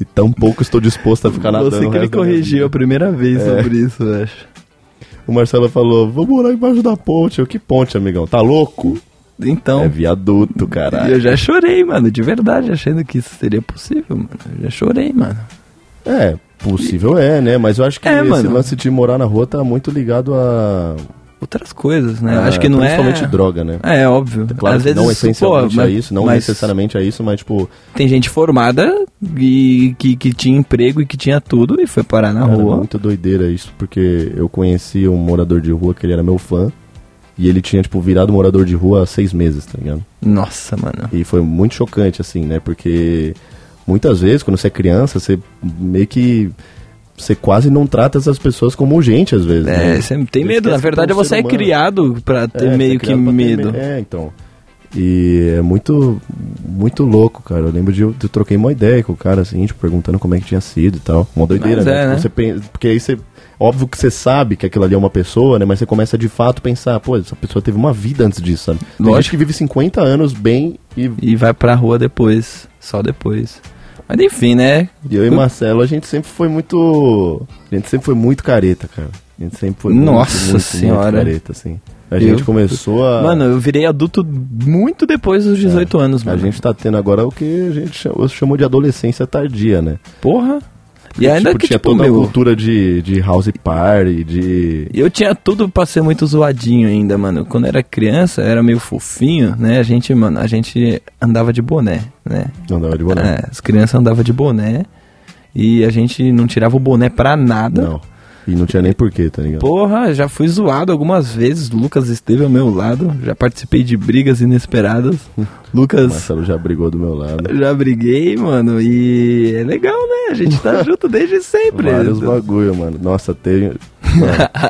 Speaker 1: E tampouco estou disposto a ficar nadando.
Speaker 2: Você
Speaker 1: o
Speaker 2: que me
Speaker 1: resto da minha É.
Speaker 2: corrigiu a primeira vez sobre isso, eu acho.
Speaker 1: vida. O Marcelo falou, vou morar embaixo da ponte. Eu, que ponte, amigão? Tá louco?
Speaker 2: Então,
Speaker 1: É viaduto, caralho.
Speaker 2: eu já chorei, mano, de verdade, achando que isso seria possível, mano. Eu já chorei, mano.
Speaker 1: É, possível é, né? Mas eu acho que
Speaker 2: É,
Speaker 1: esse
Speaker 2: mano.
Speaker 1: lance de morar na rua tá muito ligado a.
Speaker 2: Outras coisas, né? Eu
Speaker 1: a-
Speaker 2: acho que não é.
Speaker 1: Principalmente droga, né?
Speaker 2: É, óbvio.
Speaker 1: Claro
Speaker 2: Às
Speaker 1: que
Speaker 2: vezes,
Speaker 1: não
Speaker 2: pô,
Speaker 1: essencialmente
Speaker 2: mas-
Speaker 1: a isso, não
Speaker 2: mas
Speaker 1: necessariamente a isso, mas tipo,
Speaker 2: Tem gente formada e que, que tinha emprego e que tinha tudo e foi parar na
Speaker 1: cara,
Speaker 2: rua.
Speaker 1: muita doideira isso, porque eu conheci um morador de rua que ele era meu fã. E ele tinha, tipo, virado morador de rua há seis meses, tá ligado?
Speaker 2: Nossa, mano.
Speaker 1: E foi muito chocante, assim, né? Porque muitas vezes, quando você é criança, você meio que. Você quase não trata essas pessoas como gente, às vezes. né?
Speaker 2: É, você tem
Speaker 1: Você
Speaker 2: medo.
Speaker 1: esquece
Speaker 2: Na
Speaker 1: que
Speaker 2: verdade,
Speaker 1: é um
Speaker 2: você
Speaker 1: ser
Speaker 2: é
Speaker 1: humano.
Speaker 2: criado pra ter
Speaker 1: É,
Speaker 2: meio
Speaker 1: tá
Speaker 2: que
Speaker 1: criado pra ter
Speaker 2: medo.
Speaker 1: me- É, então. E é muito, muito louco, cara. Eu lembro de eu, eu troquei uma ideia com o cara, assim, tipo, perguntando como é que tinha sido e tal. Uma doideira,
Speaker 2: Mas é,
Speaker 1: né? Tipo,
Speaker 2: né?
Speaker 1: Você pensa, porque aí você. Óbvio que você sabe que aquilo ali é uma pessoa, né? Mas você começa de fato a pensar, pô, essa pessoa teve uma vida antes disso, sabe? Tem
Speaker 2: Lógico.
Speaker 1: gente que vive 50 anos bem e,
Speaker 2: E vai pra rua depois, só depois. Mas enfim, né?
Speaker 1: e eu e Marcelo, a gente sempre foi muito. A gente sempre foi muito careta, cara. A gente sempre foi
Speaker 2: Nossa
Speaker 1: muito, muito,
Speaker 2: Senhora.
Speaker 1: muito careta, assim. A
Speaker 2: Eu-
Speaker 1: gente começou a.
Speaker 2: Mano, eu virei adulto muito depois dos 18 anos,
Speaker 1: É. a
Speaker 2: mano.
Speaker 1: gente tá tendo agora o que a gente chamou, chamou de adolescência tardia, né?
Speaker 2: Porra. E ainda
Speaker 1: tipo,
Speaker 2: que,
Speaker 1: tinha
Speaker 2: tipo,
Speaker 1: toda a
Speaker 2: meu,
Speaker 1: cultura de, de house party, de.
Speaker 2: eu tinha tudo pra ser muito zoadinho ainda, mano. Quando era criança, era meio fofinho, né? A gente, mano, a gente andava de boné, né?
Speaker 1: Não dava de boné.
Speaker 2: É, as crianças andavam de boné e a gente não tirava o boné pra nada.
Speaker 1: Não. E não tinha nem porquê, tá ligado?
Speaker 2: Porra, já fui zoado algumas vezes. Lucas esteve ao meu lado. Já participei de brigas inesperadas.
Speaker 1: O
Speaker 2: Lucas,
Speaker 1: Marcelo já brigou do meu
Speaker 2: (laughs)
Speaker 1: lado.
Speaker 2: já briguei, mano. E é legal, né? A gente
Speaker 1: (laughs)
Speaker 2: tá junto desde sempre.
Speaker 1: Vários bagulho, mano. Nossa, teve. Mano,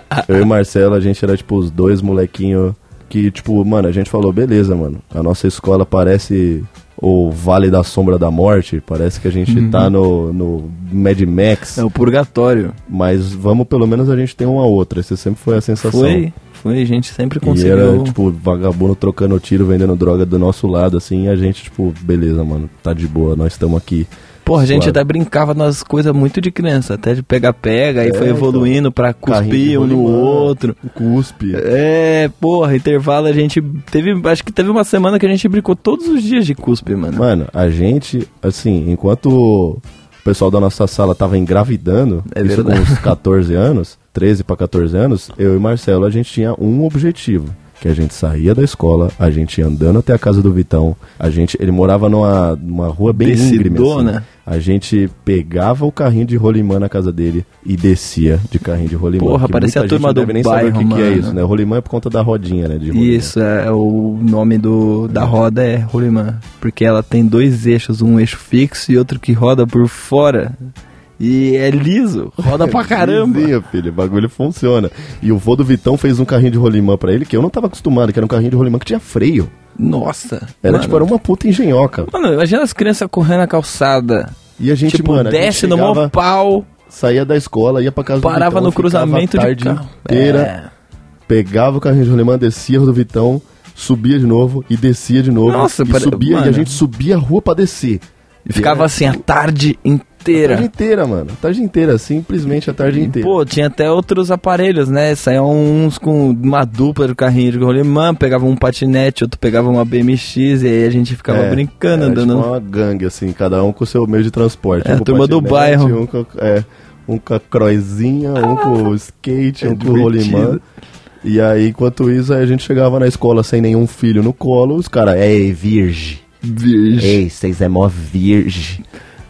Speaker 2: (laughs)
Speaker 1: eu e Marcelo, a gente era tipo os dois molequinhos que, tipo, mano, a gente falou, beleza, mano. A nossa escola parece o Vale da Sombra da Morte. Parece que a gente tá no, no Mad Max.
Speaker 2: Uhum. É o purgatório.
Speaker 1: Mas vamos, pelo menos a gente tem uma outra. Essa sempre foi a sensação.
Speaker 2: Foi, foi. A gente sempre
Speaker 1: E
Speaker 2: conseguiu.
Speaker 1: era, tipo, vagabundo trocando tiro, vendendo droga do nosso lado, assim, e a gente, tipo, beleza, mano, tá de boa, nós estamos aqui.
Speaker 2: Porra, a gente
Speaker 1: suave.
Speaker 2: ainda brincava nas coisas muito de criança. Até de pega-pega. Aí
Speaker 1: É, então.
Speaker 2: foi evoluindo pra
Speaker 1: Carrinho de
Speaker 2: cuspir um no
Speaker 1: rolimã,
Speaker 2: outro.
Speaker 1: Cuspe.
Speaker 2: É, porra, intervalo a gente teve, acho que teve uma semana que a gente brincou todos os dias de cuspe, mano.
Speaker 1: Mano, a gente, assim, enquanto o pessoal da nossa sala tava engravidando,
Speaker 2: É
Speaker 1: isso com
Speaker 2: verdade.
Speaker 1: uns 14 anos, 13 pra 14 anos, eu e Marcelo, a gente tinha um objetivo. Que a gente saía da escola, a gente ia andando até a casa do Vitão, a gente. Ele morava numa, numa rua bem íngreme. assim.
Speaker 2: Descidona.
Speaker 1: A gente pegava o carrinho de rolimã na casa dele e descia de carrinho de rolimã.
Speaker 2: Porra,
Speaker 1: que
Speaker 2: parecia
Speaker 1: muita
Speaker 2: a turma
Speaker 1: gente
Speaker 2: do
Speaker 1: deve nem saber o que,
Speaker 2: bairro,
Speaker 1: que é
Speaker 2: mano.
Speaker 1: isso, né? Rolimã é por conta da rodinha, né? De rolimã.
Speaker 2: Isso, é, o nome do, da roda é rolimã, porque ela tem dois eixos, um eixo fixo e outro que roda por fora. E é liso,
Speaker 1: (laughs)
Speaker 2: roda pra caramba.
Speaker 1: Sim, é, filho, o bagulho funciona. E o vô do Vitão fez um carrinho de rolimã pra ele, que eu não tava acostumado, que era um carrinho de rolimã que tinha freio.
Speaker 2: Nossa.
Speaker 1: Era
Speaker 2: mano.
Speaker 1: tipo, era uma puta engenhoca.
Speaker 2: Mano, imagina as crianças correndo na calçada.
Speaker 1: E a gente,
Speaker 2: tipo,
Speaker 1: mano, a gente
Speaker 2: desce no maior
Speaker 1: chegava,
Speaker 2: pau,
Speaker 1: saía da escola, ia pra casa do
Speaker 2: parava
Speaker 1: Vitão,
Speaker 2: no
Speaker 1: então ficava
Speaker 2: cruzamento
Speaker 1: a
Speaker 2: de
Speaker 1: tarde
Speaker 2: carro.
Speaker 1: inteira,
Speaker 2: É.
Speaker 1: pegava o carrinho de rolimã, descia do Vitão, subia de novo e descia de novo.
Speaker 2: Nossa,
Speaker 1: e
Speaker 2: pare-
Speaker 1: subia, e a
Speaker 2: mano.
Speaker 1: gente subia a rua pra descer.
Speaker 2: E ficava assim a tarde
Speaker 1: a tarde
Speaker 2: inteira.
Speaker 1: inteira, mano. A tarde inteira, simplesmente a tarde inteira.
Speaker 2: Pô, tinha até outros aparelhos, né? Saiam uns com uma dupla do carrinho de rolimã, pegava um patinete, outro pegava uma BMX, e aí a gente ficava
Speaker 1: É,
Speaker 2: brincando,
Speaker 1: era
Speaker 2: andando.
Speaker 1: Tipo uma gangue, assim, cada um com o seu meio de transporte.
Speaker 2: É,
Speaker 1: um com
Speaker 2: a turma do
Speaker 1: patinete,
Speaker 2: bairro.
Speaker 1: Um com, é, um com a croizinha, um com o skate,
Speaker 2: é
Speaker 1: um com o
Speaker 2: divertido.
Speaker 1: rolimã. E aí, enquanto isso, aí a gente chegava na escola sem nenhum filho no colo, os caras, ei, virgem.
Speaker 2: Vixe.
Speaker 1: Ei, vocês é mó virgem.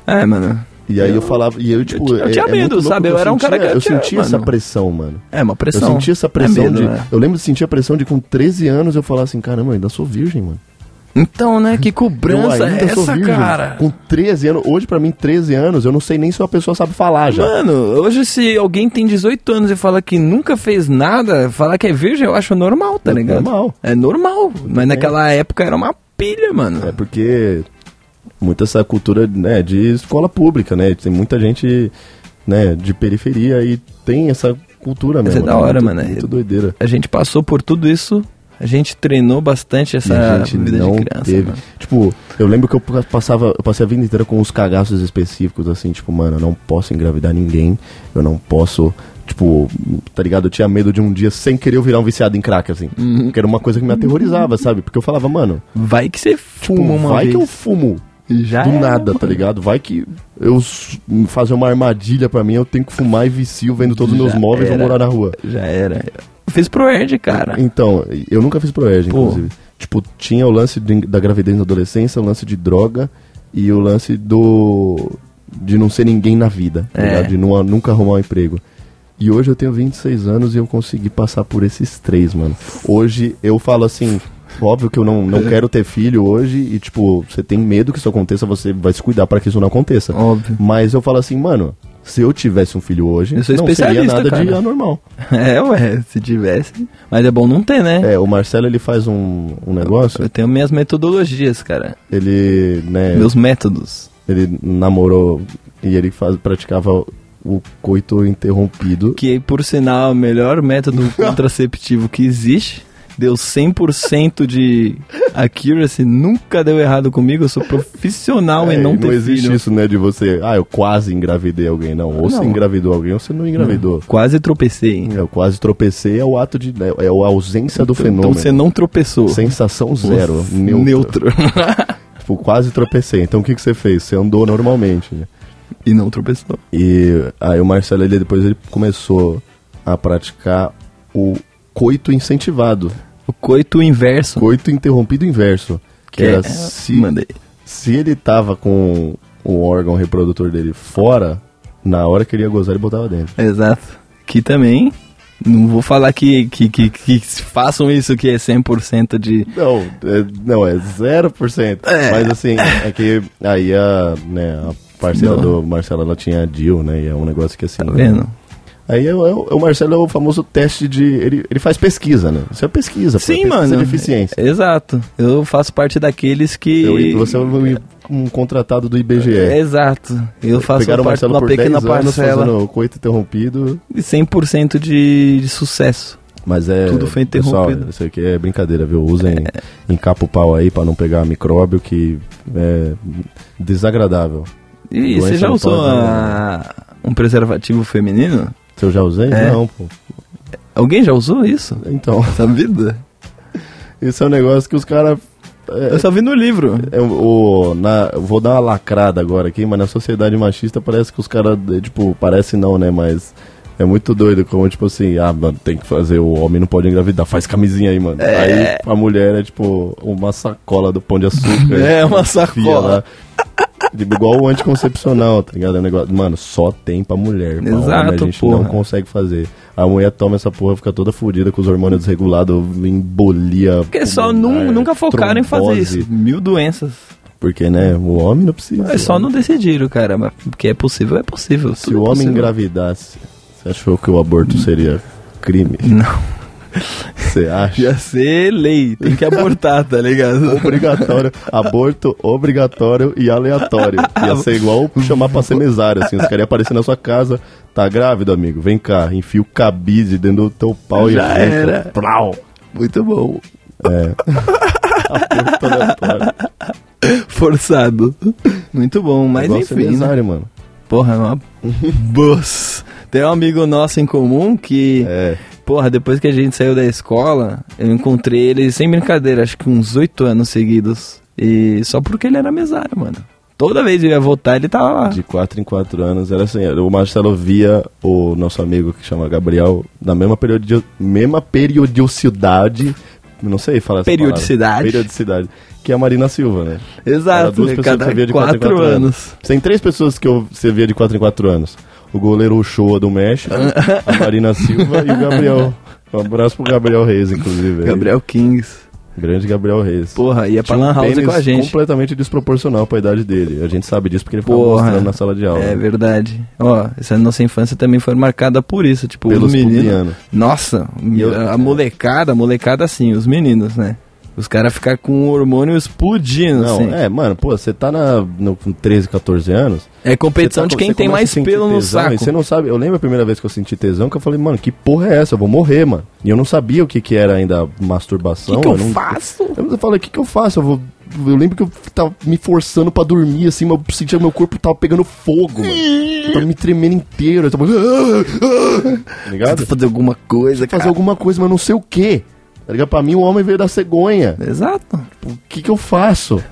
Speaker 2: É, mano.
Speaker 1: E aí eu, falava, e eu, tipo...
Speaker 2: ti- eu
Speaker 1: é-
Speaker 2: tinha
Speaker 1: é muito
Speaker 2: medo,
Speaker 1: louco,
Speaker 2: sabe?
Speaker 1: porque
Speaker 2: Eu era um cara que
Speaker 1: sentia-
Speaker 2: eu
Speaker 1: Eu
Speaker 2: tinha-
Speaker 1: sentia essa
Speaker 2: mano.
Speaker 1: pressão, mano.
Speaker 2: É uma pressão.
Speaker 1: Eu sentia essa
Speaker 2: É
Speaker 1: pressão
Speaker 2: medo,
Speaker 1: de.
Speaker 2: né?
Speaker 1: Eu lembro de sentir a pressão de com 13 anos eu falar assim, caramba, eu ainda sou virgem, mano.
Speaker 2: Então, né? Que cobrança
Speaker 1: eu
Speaker 2: é
Speaker 1: ainda sou
Speaker 2: essa,
Speaker 1: virgem.
Speaker 2: cara?
Speaker 1: Com 13 anos, hoje pra mim, 13 anos, eu não sei nem se uma pessoa sabe falar já.
Speaker 2: Mano, hoje se alguém tem 18 anos e fala que nunca fez nada, falar que é virgem, eu acho normal, tá
Speaker 1: É
Speaker 2: ligado?
Speaker 1: normal.
Speaker 2: É normal. Mas naquela época era uma pilha, mano.
Speaker 1: É porque muita essa cultura né, de escola pública, né? Tem muita gente né, de periferia e tem essa cultura mesmo.
Speaker 2: é da
Speaker 1: né?
Speaker 2: hora,
Speaker 1: muito,
Speaker 2: mano.
Speaker 1: Muito doideira.
Speaker 2: a gente passou por tudo isso, a gente treinou bastante
Speaker 1: E
Speaker 2: essa
Speaker 1: a gente
Speaker 2: vida
Speaker 1: não
Speaker 2: Ah, de criança.
Speaker 1: teve.
Speaker 2: mano.
Speaker 1: Tipo, eu lembro que eu passava, eu passei a vida inteira com uns cagaços específicos, assim, tipo, mano, eu não posso engravidar ninguém, eu não posso. Tipo, tá ligado? Eu tinha medo de um dia sem querer eu virar um viciado em crack, assim.
Speaker 2: Uhum.
Speaker 1: Que era uma coisa que me aterrorizava, sabe? Porque eu falava, mano,
Speaker 2: Vai que você fuma
Speaker 1: tipo,
Speaker 2: uma
Speaker 1: vai
Speaker 2: vez.
Speaker 1: que eu fumo.
Speaker 2: Já
Speaker 1: do
Speaker 2: era,
Speaker 1: nada, tá
Speaker 2: mano.
Speaker 1: ligado? Vai que eu s- fazer uma armadilha pra mim, eu tenho que fumar e vicio vendo todos os meus
Speaker 2: Já
Speaker 1: móveis e vou
Speaker 2: era.
Speaker 1: morar na rua.
Speaker 2: Já era. Fiz pro Erd, cara.
Speaker 1: Então, eu nunca fiz proerd,
Speaker 2: Tá. Pô.
Speaker 1: inclusive. Tipo, tinha o lance de- da gravidez na adolescência, o lance de droga e o lance do. de não ser ninguém na vida, tá
Speaker 2: É.
Speaker 1: ligado? De nu- nunca arrumar um emprego. E hoje eu tenho 26 anos e eu consegui passar por esses três, mano. Hoje eu falo assim. Óbvio que eu não, não quero ter filho hoje e, tipo, você tem medo que isso aconteça, você vai se cuidar pra que isso não aconteça.
Speaker 2: Óbvio.
Speaker 1: Mas eu falo assim, mano, Se eu tivesse um filho hoje,
Speaker 2: Eu sou
Speaker 1: não seria
Speaker 2: especialista,
Speaker 1: nada de
Speaker 2: cara.
Speaker 1: anormal.
Speaker 2: (laughs) É, ué, se tivesse. Mas é bom não ter, né?
Speaker 1: É, o Marcelo ele faz um, um negócio,
Speaker 2: Eu tenho minhas metodologias, cara.
Speaker 1: ele, né,
Speaker 2: Meus métodos.
Speaker 1: ele namorou e ele faz, praticava o coito interrompido.
Speaker 2: Que, por sinal, é o
Speaker 1: (laughs)
Speaker 2: melhor método contraceptivo que existe. Deu 100% de accuracy. Nunca deu errado comigo. Eu sou profissional
Speaker 1: É,
Speaker 2: em não,
Speaker 1: não
Speaker 2: ter
Speaker 1: existe
Speaker 2: filho.
Speaker 1: isso, né, de você, ah, eu quase engravidei alguém, não. Ou
Speaker 2: Não.
Speaker 1: você engravidou alguém ou você não engravidou.
Speaker 2: Quase tropecei.
Speaker 1: Eu quase tropecei, é o ato de. É a ausência do
Speaker 2: Então
Speaker 1: fenômeno.
Speaker 2: você não tropeçou.
Speaker 1: Sensação
Speaker 2: Você
Speaker 1: zero.
Speaker 2: é
Speaker 1: Neutro.
Speaker 2: neutro. (laughs)
Speaker 1: Tipo, quase tropecei. Então o que, que você fez? Você andou normalmente. né?
Speaker 2: e não tropeçou.
Speaker 1: E aí o Marcelo ele, depois ele começou a praticar o coito incentivado.
Speaker 2: O coito inverso.
Speaker 1: Coito interrompido inverso. Que era
Speaker 2: é-
Speaker 1: se,
Speaker 2: Mandei.
Speaker 1: se ele tava com o órgão reprodutor dele fora, na hora que ele ia gozar, ele botava dentro.
Speaker 2: Exato. Que também. Não vou falar que, que, que, que façam isso que é 100% de.
Speaker 1: Não, é, não, é 0%.
Speaker 2: É.
Speaker 1: Mas assim, é que aí a, né, a parceira
Speaker 2: Não.
Speaker 1: do Marcelo ela tinha a Jill, né? E é um negócio que assim.
Speaker 2: Tá vendo?
Speaker 1: Aí é, o- é o é o Marcelo é o famoso teste de. Ele, ele faz pesquisa, né? Isso é pesquisa, pô, é
Speaker 2: Sim,
Speaker 1: pesquisa
Speaker 2: mano.
Speaker 1: de eficiência.
Speaker 2: Exato. Eu faço parte daqueles que.
Speaker 1: Eu- e você é um, um contratado do IBGE.
Speaker 2: Exato. É, Eu faço
Speaker 1: Pegaram o
Speaker 2: parte de
Speaker 1: Marcelo
Speaker 2: uma
Speaker 1: por
Speaker 2: pequena
Speaker 1: 10 anos
Speaker 2: parcela
Speaker 1: fazendo coito interrompido,
Speaker 2: de 100% de, de sucesso.
Speaker 1: mas é...
Speaker 2: Tudo foi
Speaker 1: pessoal,
Speaker 2: interrompido.
Speaker 1: isso aqui é brincadeira, viu?
Speaker 2: (laughs)
Speaker 1: Usem encapa o pau aí pra não pegar micróbio, que é desagradável.
Speaker 2: E
Speaker 1: Doença
Speaker 2: você já
Speaker 1: não né?
Speaker 2: usou
Speaker 1: pode,
Speaker 2: a- um preservativo feminino?
Speaker 1: Se eu já usei?
Speaker 2: É.
Speaker 1: Não, pô.
Speaker 2: Alguém já usou isso?
Speaker 1: Então, (laughs)
Speaker 2: Na vida?
Speaker 1: isso é um negócio que os caras...
Speaker 2: Eu só vi no livro.
Speaker 1: É, o, na, eu vou dar uma lacrada agora aqui, mas na sociedade machista parece que os caras, é, tipo, parece não, né? Mas é muito doido como, tipo assim, ah, mano, tem que fazer, o homem não pode engravidar, faz camisinha aí, mano.
Speaker 2: É.
Speaker 1: Aí a mulher é, tipo, uma sacola do pão de
Speaker 2: (laughs)
Speaker 1: açúcar.
Speaker 2: É, uma
Speaker 1: Enfia
Speaker 2: sacola.
Speaker 1: Tipo, igual o anticoncepcional, tá ligado? É um negócio, mano, só tem pra mulher. pra homem a
Speaker 2: Exato,
Speaker 1: gente não
Speaker 2: porra.
Speaker 1: consegue fazer. A mulher toma essa porra, fica toda fodida com os hormônios desregulados, embolia.
Speaker 2: Porque é só
Speaker 1: pulmonar,
Speaker 2: nun- nunca focaram em fazer
Speaker 1: é trombose.
Speaker 2: isso. Mil doenças.
Speaker 1: Porque, né, o homem não precisa.
Speaker 2: É só não decidiram, cara. Mas porque é possível, é possível.
Speaker 1: Se
Speaker 2: Tudo
Speaker 1: o
Speaker 2: é
Speaker 1: homem
Speaker 2: possível.
Speaker 1: engravidasse, você achou que o aborto seria crime?
Speaker 2: Não. (laughs)
Speaker 1: Você acha?
Speaker 2: Ia ser lei. Tem que abortar, tá ligado?
Speaker 1: Obrigatório, aborto obrigatório e aleatório. Ia ser igual chamar pra ser mesário, assim. Os caras iam aparecer na sua casa. Tá grávido, amigo? Vem cá, enfia o cabide dentro do teu pau e
Speaker 2: Já
Speaker 1: arranca.
Speaker 2: era.
Speaker 1: Plau!
Speaker 2: Muito bom.
Speaker 1: É. Aborto aleatório.
Speaker 2: Forçado. Muito bom, mas
Speaker 1: Igual ser
Speaker 2: enfim. né?
Speaker 1: mesário, mano.
Speaker 2: Porra, é uma. Boss. Tem um amigo nosso em comum que.
Speaker 1: É.
Speaker 2: Porra, depois que a gente saiu da escola, eu encontrei ele sem brincadeira, acho que uns oito anos seguidos. E só porque ele era mesário, mano. Toda vez que eu ia votar, ele tava lá.
Speaker 1: De 4 em 4 anos, era assim, o Marcelo via o nosso amigo que chama Gabriel na mesma, periodi mesma periodicidade, não sei falar essa
Speaker 2: Periodicidade.
Speaker 1: palavra. periodicidade, que é a Marina Silva, né? Era
Speaker 2: Exato,
Speaker 1: duas pessoas que você via
Speaker 2: cada
Speaker 1: de quatro em
Speaker 2: quatro
Speaker 1: quatro anos.
Speaker 2: anos.
Speaker 1: Tem três pessoas que eu- você via de 4 em 4 anos. O goleiro Ochoa do México,
Speaker 2: Ah.
Speaker 1: a Marina Silva e o Gabriel. Um abraço pro Gabriel Reis, inclusive. aí.
Speaker 2: Gabriel Kings.
Speaker 1: Grande Gabriel Reis.
Speaker 2: Porra, ia pra
Speaker 1: Tinha um
Speaker 2: Lan House
Speaker 1: pênis
Speaker 2: com a gente.
Speaker 1: completamente desproporcional pra idade dele. A gente sabe disso porque ele ficava
Speaker 2: Porra.
Speaker 1: mostrando na sala de aula. né?
Speaker 2: É verdade. Ó, essa nossa infância também foi marcada por isso, tipo,
Speaker 1: Pelos
Speaker 2: os meninos.
Speaker 1: pubianos.
Speaker 2: Nossa,
Speaker 1: eu-
Speaker 2: a molecada, a molecada assim, os meninos, né? Os caras ficam com o hormônio explodindo,
Speaker 1: Não,
Speaker 2: assim.
Speaker 1: é, mano, pô, você tá na, no, com 13, 14 anos.
Speaker 2: É, competição
Speaker 1: você tá
Speaker 2: de
Speaker 1: com-
Speaker 2: quem
Speaker 1: você
Speaker 2: tem
Speaker 1: começa a
Speaker 2: mais
Speaker 1: sentir
Speaker 2: pelo no
Speaker 1: tesão,
Speaker 2: saco.
Speaker 1: E você não sabe, eu lembro a primeira vez que eu senti tesão que eu falei, mano, que porra é essa? Eu vou morrer, mano. E eu não sabia o que, que era ainda masturbação.
Speaker 2: O que, que eu
Speaker 1: não,
Speaker 2: faço?
Speaker 1: Eu falei, o que, que eu faço? Eu, vou, eu lembro que eu tava me forçando pra dormir, assim, mas eu sentia que meu corpo tava pegando fogo, mano. Eu tava me tremendo inteiro. Eu tava. "Ah, Tá ligado?
Speaker 2: fazer alguma coisa,
Speaker 1: Fazer alguma coisa, mas eu não sei o que. Tá ligado? Pra mim, o homem veio da cegonha.
Speaker 2: Exato.
Speaker 1: o que que eu faço?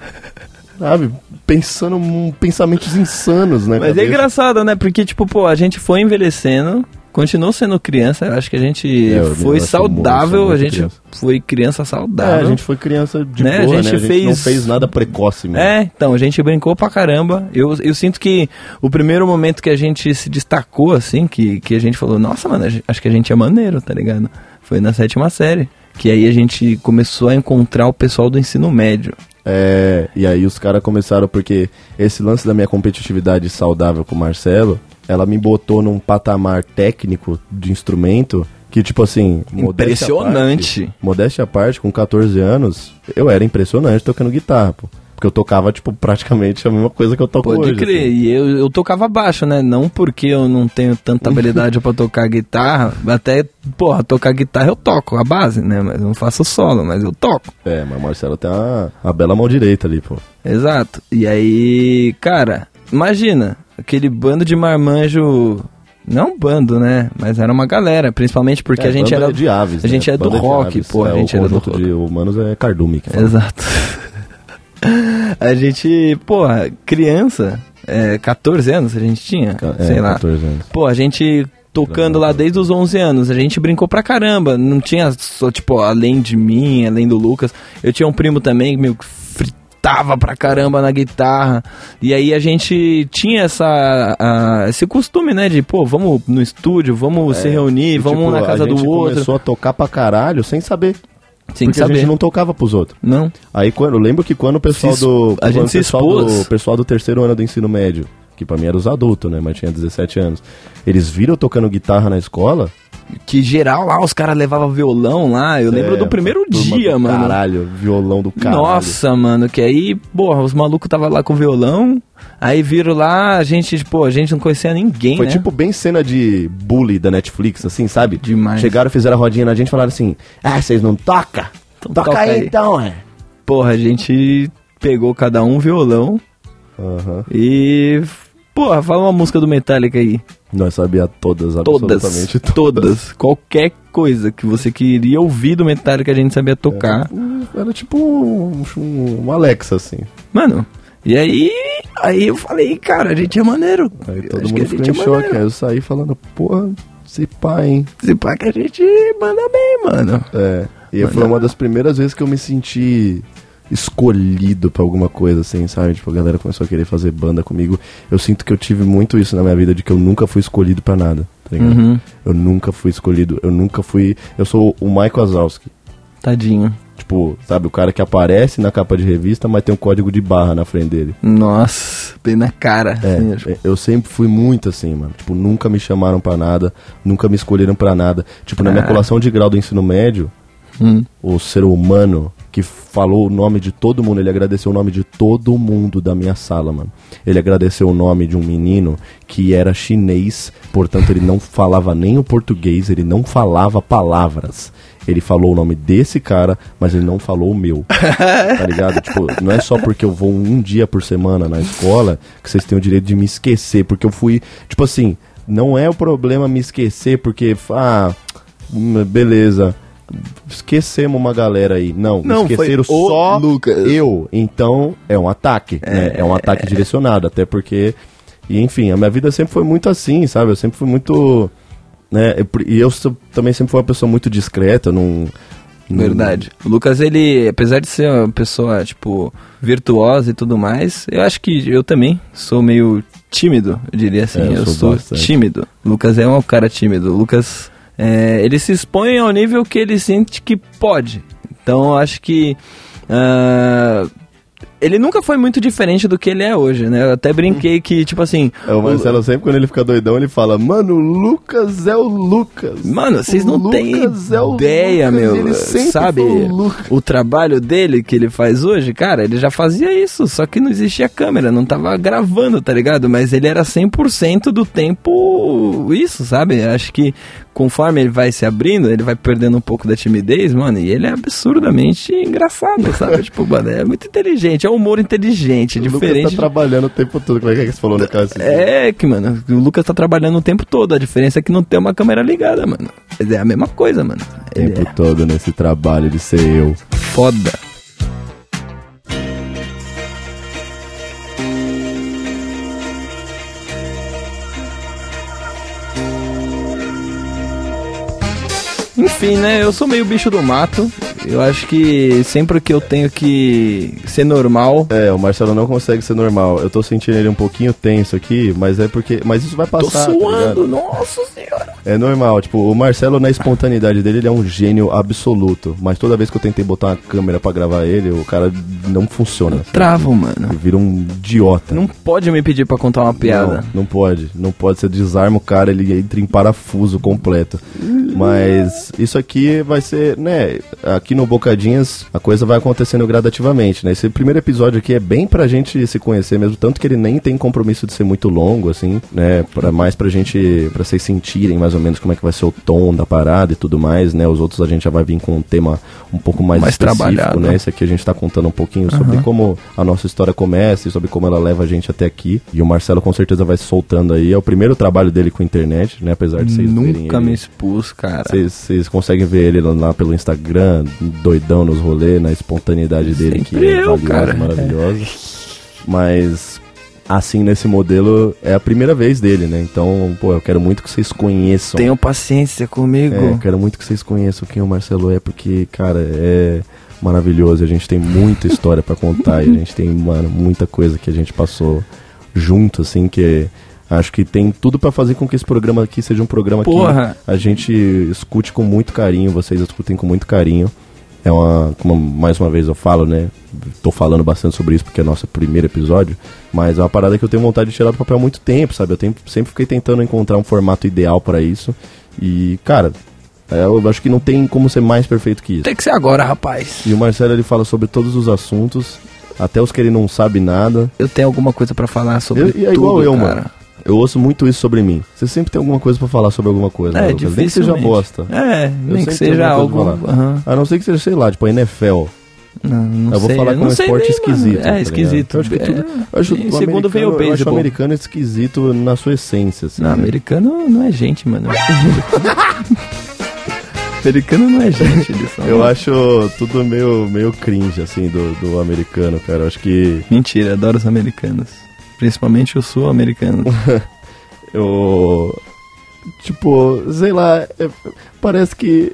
Speaker 1: Sabe? Pensando em pensamentos insanos, né?
Speaker 2: Mas é engraçado, né? Porque, tipo, pô, a gente foi envelhecendo, continuou sendo criança. Eu acho que a gente
Speaker 1: É, eu
Speaker 2: foi
Speaker 1: acho que eu sou
Speaker 2: saudável,
Speaker 1: muito
Speaker 2: a gente
Speaker 1: criança.
Speaker 2: foi criança saudável.
Speaker 1: É, a gente foi criança de
Speaker 2: Né, a
Speaker 1: boa,
Speaker 2: gente
Speaker 1: né? A gente não
Speaker 2: fez-
Speaker 1: fez nada precoce, mesmo.
Speaker 2: É, então, a gente brincou pra caramba. Eu, eu sinto que o primeiro momento que a gente se destacou, assim, que, que a gente falou, nossa, mano, a gen- acho que a gente é maneiro, tá ligado? Foi na sétima série. Que aí a gente começou a encontrar o pessoal do ensino médio.
Speaker 1: É, e aí os caras começaram, porque esse lance da minha competitividade saudável com o Marcelo ela me botou num patamar técnico de instrumento que, tipo assim, modéstia à
Speaker 2: Impressionante.
Speaker 1: parte- modéstia à parte, com 14 anos, eu era impressionante tocando guitarra, pô. Porque eu tocava, tipo, praticamente a mesma coisa que eu toco
Speaker 2: Pode
Speaker 1: hoje.
Speaker 2: crer,
Speaker 1: assim.
Speaker 2: e eu, eu tocava baixo, né? Não porque eu não tenho tanta habilidade (laughs) pra tocar guitarra, até, porra, tocar guitarra eu toco, a base, né? Mas eu não faço solo, mas eu toco.
Speaker 1: É, mas o Marcelo tem uma, uma bela mão direita ali, pô.
Speaker 2: Exato. E aí, cara, imagina, aquele bando de marmanjo. Não um bando, né? Mas era uma galera, principalmente porque
Speaker 1: É,
Speaker 2: a gente
Speaker 1: banda
Speaker 2: era.
Speaker 1: de aves,
Speaker 2: a gente
Speaker 1: né?
Speaker 2: é do
Speaker 1: Banda de
Speaker 2: rock,
Speaker 1: aves.
Speaker 2: pô, a
Speaker 1: É,
Speaker 2: gente
Speaker 1: o
Speaker 2: era do
Speaker 1: conjunto
Speaker 2: rock.
Speaker 1: de humanos é cardume que fala.
Speaker 2: Exato. (laughs) a gente, porra, criança, é, 14 anos a gente tinha,
Speaker 1: É,
Speaker 2: sei lá.
Speaker 1: 14 anos.
Speaker 2: Pô, a gente tocando lá desde os 11 anos, a gente brincou pra caramba, não tinha só, tipo, além de mim, além do Lucas, eu tinha um primo também que meio que fritava pra caramba na guitarra, e aí a gente tinha essa, a- esse costume, né, de, pô, vamos no estúdio, vamos se reunir,
Speaker 1: E,
Speaker 2: vamos um
Speaker 1: tipo,
Speaker 2: na casa
Speaker 1: a gente
Speaker 2: do outro,
Speaker 1: começou a tocar pra caralho sem saber.
Speaker 2: sem
Speaker 1: porque a
Speaker 2: saber.
Speaker 1: gente não tocava pros outros.
Speaker 2: não...
Speaker 1: Aí quando, eu lembro que quando o pessoal
Speaker 2: Se
Speaker 1: do.
Speaker 2: exp- a
Speaker 1: quando
Speaker 2: gente
Speaker 1: o
Speaker 2: se
Speaker 1: pessoal
Speaker 2: expôs.
Speaker 1: do, o pessoal do terceiro ano do ensino médio, que pra mim era os adultos, né? Mas tinha 17 anos. Eles viram eu tocando guitarra na escola.
Speaker 2: Que geral lá, os caras levavam violão lá. Eu lembro
Speaker 1: É,
Speaker 2: do primeiro
Speaker 1: turma
Speaker 2: dia,
Speaker 1: do
Speaker 2: mano.
Speaker 1: Caralho, violão do caralho.
Speaker 2: Nossa, mano, que aí, porra, os malucos tava lá com o violão. Aí viram lá, a gente, pô, a gente não conhecia ninguém,
Speaker 1: Foi
Speaker 2: né?
Speaker 1: tipo bem cena de bully da Netflix, assim, sabe?
Speaker 2: Demais.
Speaker 1: Chegaram, fizeram a rodinha na gente e falaram assim: Ah, vocês não toca?
Speaker 2: Então
Speaker 1: toca,
Speaker 2: toca
Speaker 1: aí,
Speaker 2: aí."
Speaker 1: então, é.
Speaker 2: Porra, a gente pegou cada um um violão
Speaker 1: Aham.
Speaker 2: e. Porra, fala uma música do Metallica aí.
Speaker 1: Nós sabia todas,
Speaker 2: Todas.
Speaker 1: absolutamente todas.
Speaker 2: Todas. Qualquer coisa que você queria ouvir do Metallica, a gente sabia tocar.
Speaker 1: Hum, Era tipo um, um- um Alexa, assim.
Speaker 2: Mano, e aí. Aí eu falei, cara, a gente é maneiro.
Speaker 1: Aí
Speaker 2: Eu
Speaker 1: todo
Speaker 2: acho que
Speaker 1: mundo
Speaker 2: a
Speaker 1: ficou
Speaker 2: gente
Speaker 1: em
Speaker 2: é
Speaker 1: choque. é.
Speaker 2: maneiro.
Speaker 1: Aí eu saí falando, porra, se pá, hein?
Speaker 2: Se pá que a gente manda bem, mano.
Speaker 1: É. E foi uma das primeiras vezes que eu me senti escolhido pra alguma coisa, assim, sabe? Tipo, a galera começou a querer fazer banda comigo. Eu sinto que eu tive muito isso na minha vida, de que eu nunca fui escolhido pra nada, tá ligado?
Speaker 2: Uhum.
Speaker 1: Eu nunca fui escolhido, eu nunca fui... Eu sou o Michael Azowski.
Speaker 2: Tadinho.
Speaker 1: Tipo, sabe, o cara que aparece na capa de revista, mas tem um código de barra na frente dele.
Speaker 2: Nossa, bem na cara.
Speaker 1: É,
Speaker 2: assim, acho.
Speaker 1: é, eu sempre fui muito assim, mano. Tipo, nunca me chamaram pra nada, nunca me escolheram pra nada. Tipo, na minha
Speaker 2: Ah.
Speaker 1: colação de grau do ensino médio,
Speaker 2: Hum.
Speaker 1: o ser humano que falou o nome de todo mundo, ele agradeceu o nome de todo mundo da minha sala, mano. Ele agradeceu o nome de um menino que era chinês, portanto ele não falava nem o português, ele não falava palavras. Ele falou o nome desse cara, mas ele não falou o
Speaker 2: (laughs)
Speaker 1: meu.
Speaker 2: É.
Speaker 1: Tá ligado? Tipo, não é só porque eu vou um dia por semana na escola que vocês têm o direito de me esquecer, porque eu fui, tipo assim, não é o problema me esquecer porque ah, hum, beleza. Esquecemos uma galera aí. Não,
Speaker 2: Não, foi
Speaker 1: esqueceram
Speaker 2: o
Speaker 1: só
Speaker 2: Lucas.
Speaker 1: eu. Então, é um ataque, né? É um ataque direcionado, até porque e enfim, a minha vida sempre foi muito assim, sabe? Eu sempre fui muito né, eu pr- e eu sou- também sempre fui uma pessoa muito discreta, não
Speaker 2: Verdade. O Lucas, ele, apesar de ser uma pessoa, tipo, virtuosa e tudo mais, eu acho que eu também sou meio tímido, eu diria assim.
Speaker 1: É, eu
Speaker 2: eu
Speaker 1: sou
Speaker 2: sou,
Speaker 1: bastante.
Speaker 2: tímido. O Lucas é um cara tímido. O Lucas, é, ele se expõe ao nível que ele sente que pode. Então, eu acho que... ah, ele nunca foi muito diferente do que ele é hoje, né? Eu até brinquei que, tipo assim...
Speaker 1: É, o Marcelo sempre, quando ele fica doidão, ele fala, mano, o Lucas é o Lucas.
Speaker 2: Mano, vocês não
Speaker 1: O
Speaker 2: têm
Speaker 1: Lucas é o
Speaker 2: ideia,
Speaker 1: Lucas,
Speaker 2: meu.
Speaker 1: ele sempre
Speaker 2: sabe? É
Speaker 1: foi o Lucas.
Speaker 2: O trabalho dele que ele faz hoje, cara, ele já fazia isso, só que não existia câmera, não tava gravando, tá ligado? Mas ele era 100% do tempo isso, sabe? Acho que conforme ele vai se abrindo, ele vai perdendo um pouco da timidez, mano, e ele é absurdamente engraçado, sabe? (laughs) tipo, mano, é muito inteligente, é um humor inteligente,
Speaker 1: O Lucas
Speaker 2: diferente
Speaker 1: tá
Speaker 2: de
Speaker 1: trabalhando o tempo todo. Como é que é que você falou no caso?
Speaker 2: é que, mano, o Lucas tá trabalhando o tempo todo. A diferença é que não tem uma câmera ligada, mano. Mas é a mesma coisa, mano.
Speaker 1: O
Speaker 2: Ele
Speaker 1: tempo todo nesse trabalho de ser eu.
Speaker 2: é foda. Enfim, né? Eu sou meio bicho do mato. Eu acho que sempre que eu tenho que ser normal.
Speaker 1: É, o Marcelo não consegue ser normal. Eu tô sentindo ele um pouquinho tenso aqui, mas é porque. Mas isso vai passar.
Speaker 2: Tô suando, tá nossa senhora.
Speaker 1: É normal, tipo, o Marcelo na espontaneidade dele, ele é um gênio absoluto. Mas toda vez que eu tentei botar uma câmera para gravar ele, o cara não funciona. Eu
Speaker 2: travo, assim, mano.
Speaker 1: Vira um idiota.
Speaker 2: Não pode me pedir para contar uma piada.
Speaker 1: Não, não pode. Não pode. Você desarma o cara, ele entra em parafuso completo. Mas isso aqui vai ser, né? Aqui no Bocadinhas a coisa vai acontecendo gradativamente, né? Esse primeiro episódio aqui é bem pra gente se conhecer mesmo, tanto que ele nem tem compromisso de ser muito longo, assim, né? Pra mais pra gente, pra vocês sentirem mais ou menos como é que vai ser o tom da parada e tudo mais, né? Os outros a gente já vai vir com um tema um pouco mais,
Speaker 2: mais trabalhado.
Speaker 1: né? Esse aqui a gente tá contando um pouquinho sobre uhum. como a nossa história começa e sobre como ela leva a gente até aqui. E o Marcelo com certeza vai soltando aí. É o primeiro trabalho dele com internet, né? Apesar de vocês
Speaker 2: Nunca ele... me expus, cara.
Speaker 1: Vocês conseguem ver ele lá pelo Instagram, doidão nos rolês, na espontaneidade dele,
Speaker 2: Sempre que é eu, cara.
Speaker 1: maravilhosa. É. Mas assim nesse modelo é a primeira vez dele, né? Então, pô, eu quero muito que vocês conheçam.
Speaker 2: Tenham paciência comigo. É,
Speaker 1: eu quero muito que vocês conheçam quem o Marcelo é, porque, cara, é maravilhoso. A gente tem muita história para contar e a gente tem, mano, muita coisa que a gente passou junto, assim, que Acho que tem tudo para fazer com que esse programa aqui seja um programa
Speaker 2: Porra.
Speaker 1: que a gente escute com muito carinho, vocês escutem com muito carinho. É uma, como mais uma vez eu falo, né? Tô falando bastante sobre isso porque é nosso primeiro episódio, mas é uma parada que eu tenho vontade de tirar do papel há muito tempo, sabe? Eu tenho, sempre fiquei tentando encontrar um formato ideal para isso. E, cara, é, eu acho que não tem como ser mais perfeito que isso.
Speaker 2: Tem que ser agora, rapaz.
Speaker 1: E o Marcelo ele fala sobre todos os assuntos, até os que ele não sabe nada.
Speaker 2: Eu tenho alguma coisa para falar sobre
Speaker 1: eu, E é
Speaker 2: tudo,
Speaker 1: igual eu,
Speaker 2: cara.
Speaker 1: mano. Eu ouço muito isso sobre mim. Você sempre tem alguma coisa para falar sobre alguma coisa.
Speaker 2: É, né, difícil.
Speaker 1: Nem que seja bosta.
Speaker 2: É, eu nem que seja algo. Uhum.
Speaker 1: A não ser que seja, sei lá, tipo a NFL.
Speaker 2: Não, não
Speaker 1: eu vou
Speaker 2: sei,
Speaker 1: falar com um
Speaker 2: sei
Speaker 1: esporte nem, esquisito.
Speaker 2: Mano. É, tá esquisito.
Speaker 1: Eu acho que tudo. Eu acho
Speaker 2: Em segundo veio o
Speaker 1: eu acho o
Speaker 2: beisebol.
Speaker 1: americano esquisito na sua essência. Assim,
Speaker 2: Não,
Speaker 1: né?
Speaker 2: americano não é gente, mano.
Speaker 1: (laughs)
Speaker 2: americano não é gente, eles são-
Speaker 1: Eu acho tudo meio, meio cringe, assim, do, do americano, cara. Eu acho que.
Speaker 2: Mentira, adoro os americanos. Principalmente
Speaker 1: (laughs)
Speaker 2: o sul-americano.
Speaker 1: Eu. Tipo, sei lá, é- parece que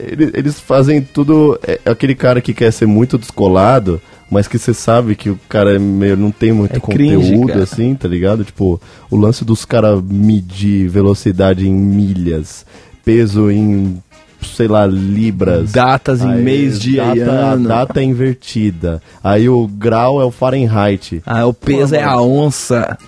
Speaker 1: ele- eles fazem tudo. É, é aquele cara que quer ser muito descolado, mas que você sabe que o cara é meio, não tem muito
Speaker 2: É cringe,
Speaker 1: conteúdo,
Speaker 2: cara.
Speaker 1: assim, tá ligado? Tipo, o lance dos caras medir velocidade em milhas, peso em, sei lá, libras.
Speaker 2: Datas em
Speaker 1: Aí,
Speaker 2: mês, dia
Speaker 1: data,
Speaker 2: e ano.
Speaker 1: A data é invertida. Aí o grau é o Fahrenheit.
Speaker 2: Ah, o peso
Speaker 1: Pô,
Speaker 2: é a onça.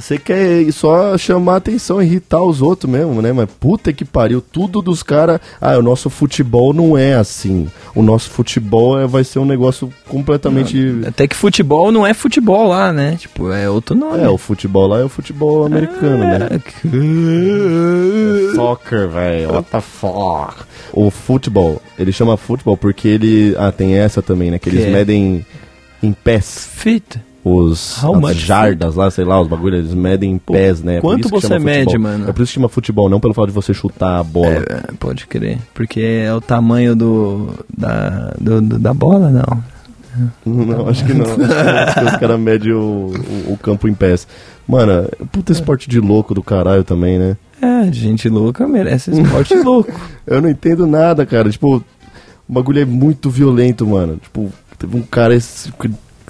Speaker 1: Você quer só chamar atenção, irritar os outros mesmo, né? Mas puta que pariu, tudo dos caras. Ah, o nosso futebol não é assim. O nosso futebol é, vai ser um negócio completamente.
Speaker 2: Até que futebol não é futebol lá, né? Tipo, é outro nome.
Speaker 1: É, o futebol lá é o futebol americano, né?
Speaker 2: É, que-
Speaker 1: Soccer, velho. What the fuck? O futebol, ele chama futebol porque ele. Ah, tem essa também, né? Que eles
Speaker 2: Que é?
Speaker 1: medem em pés.
Speaker 2: Fit.
Speaker 1: os
Speaker 2: How
Speaker 1: as
Speaker 2: much
Speaker 1: jardas lá, sei lá, os bagulhos, eles medem em pés, né? É por
Speaker 2: quanto
Speaker 1: isso que
Speaker 2: você
Speaker 1: chama
Speaker 2: mede,
Speaker 1: futebol.
Speaker 2: mano?
Speaker 1: É por isso que chama futebol, não pelo fato de você chutar a bola.
Speaker 2: É, pode crer. Porque é o tamanho do. da, do- do- da bola, não. Tá
Speaker 1: Não, acho que não. Acho que acho que os caras medem o, o, o campo em pés. Mano, puta esporte de louco do caralho também, né?
Speaker 2: É, gente louca merece
Speaker 1: (laughs)
Speaker 2: esporte louco.
Speaker 1: Eu não entendo nada, cara. Tipo, o bagulho é muito violento, mano. Tipo, teve um cara. esse-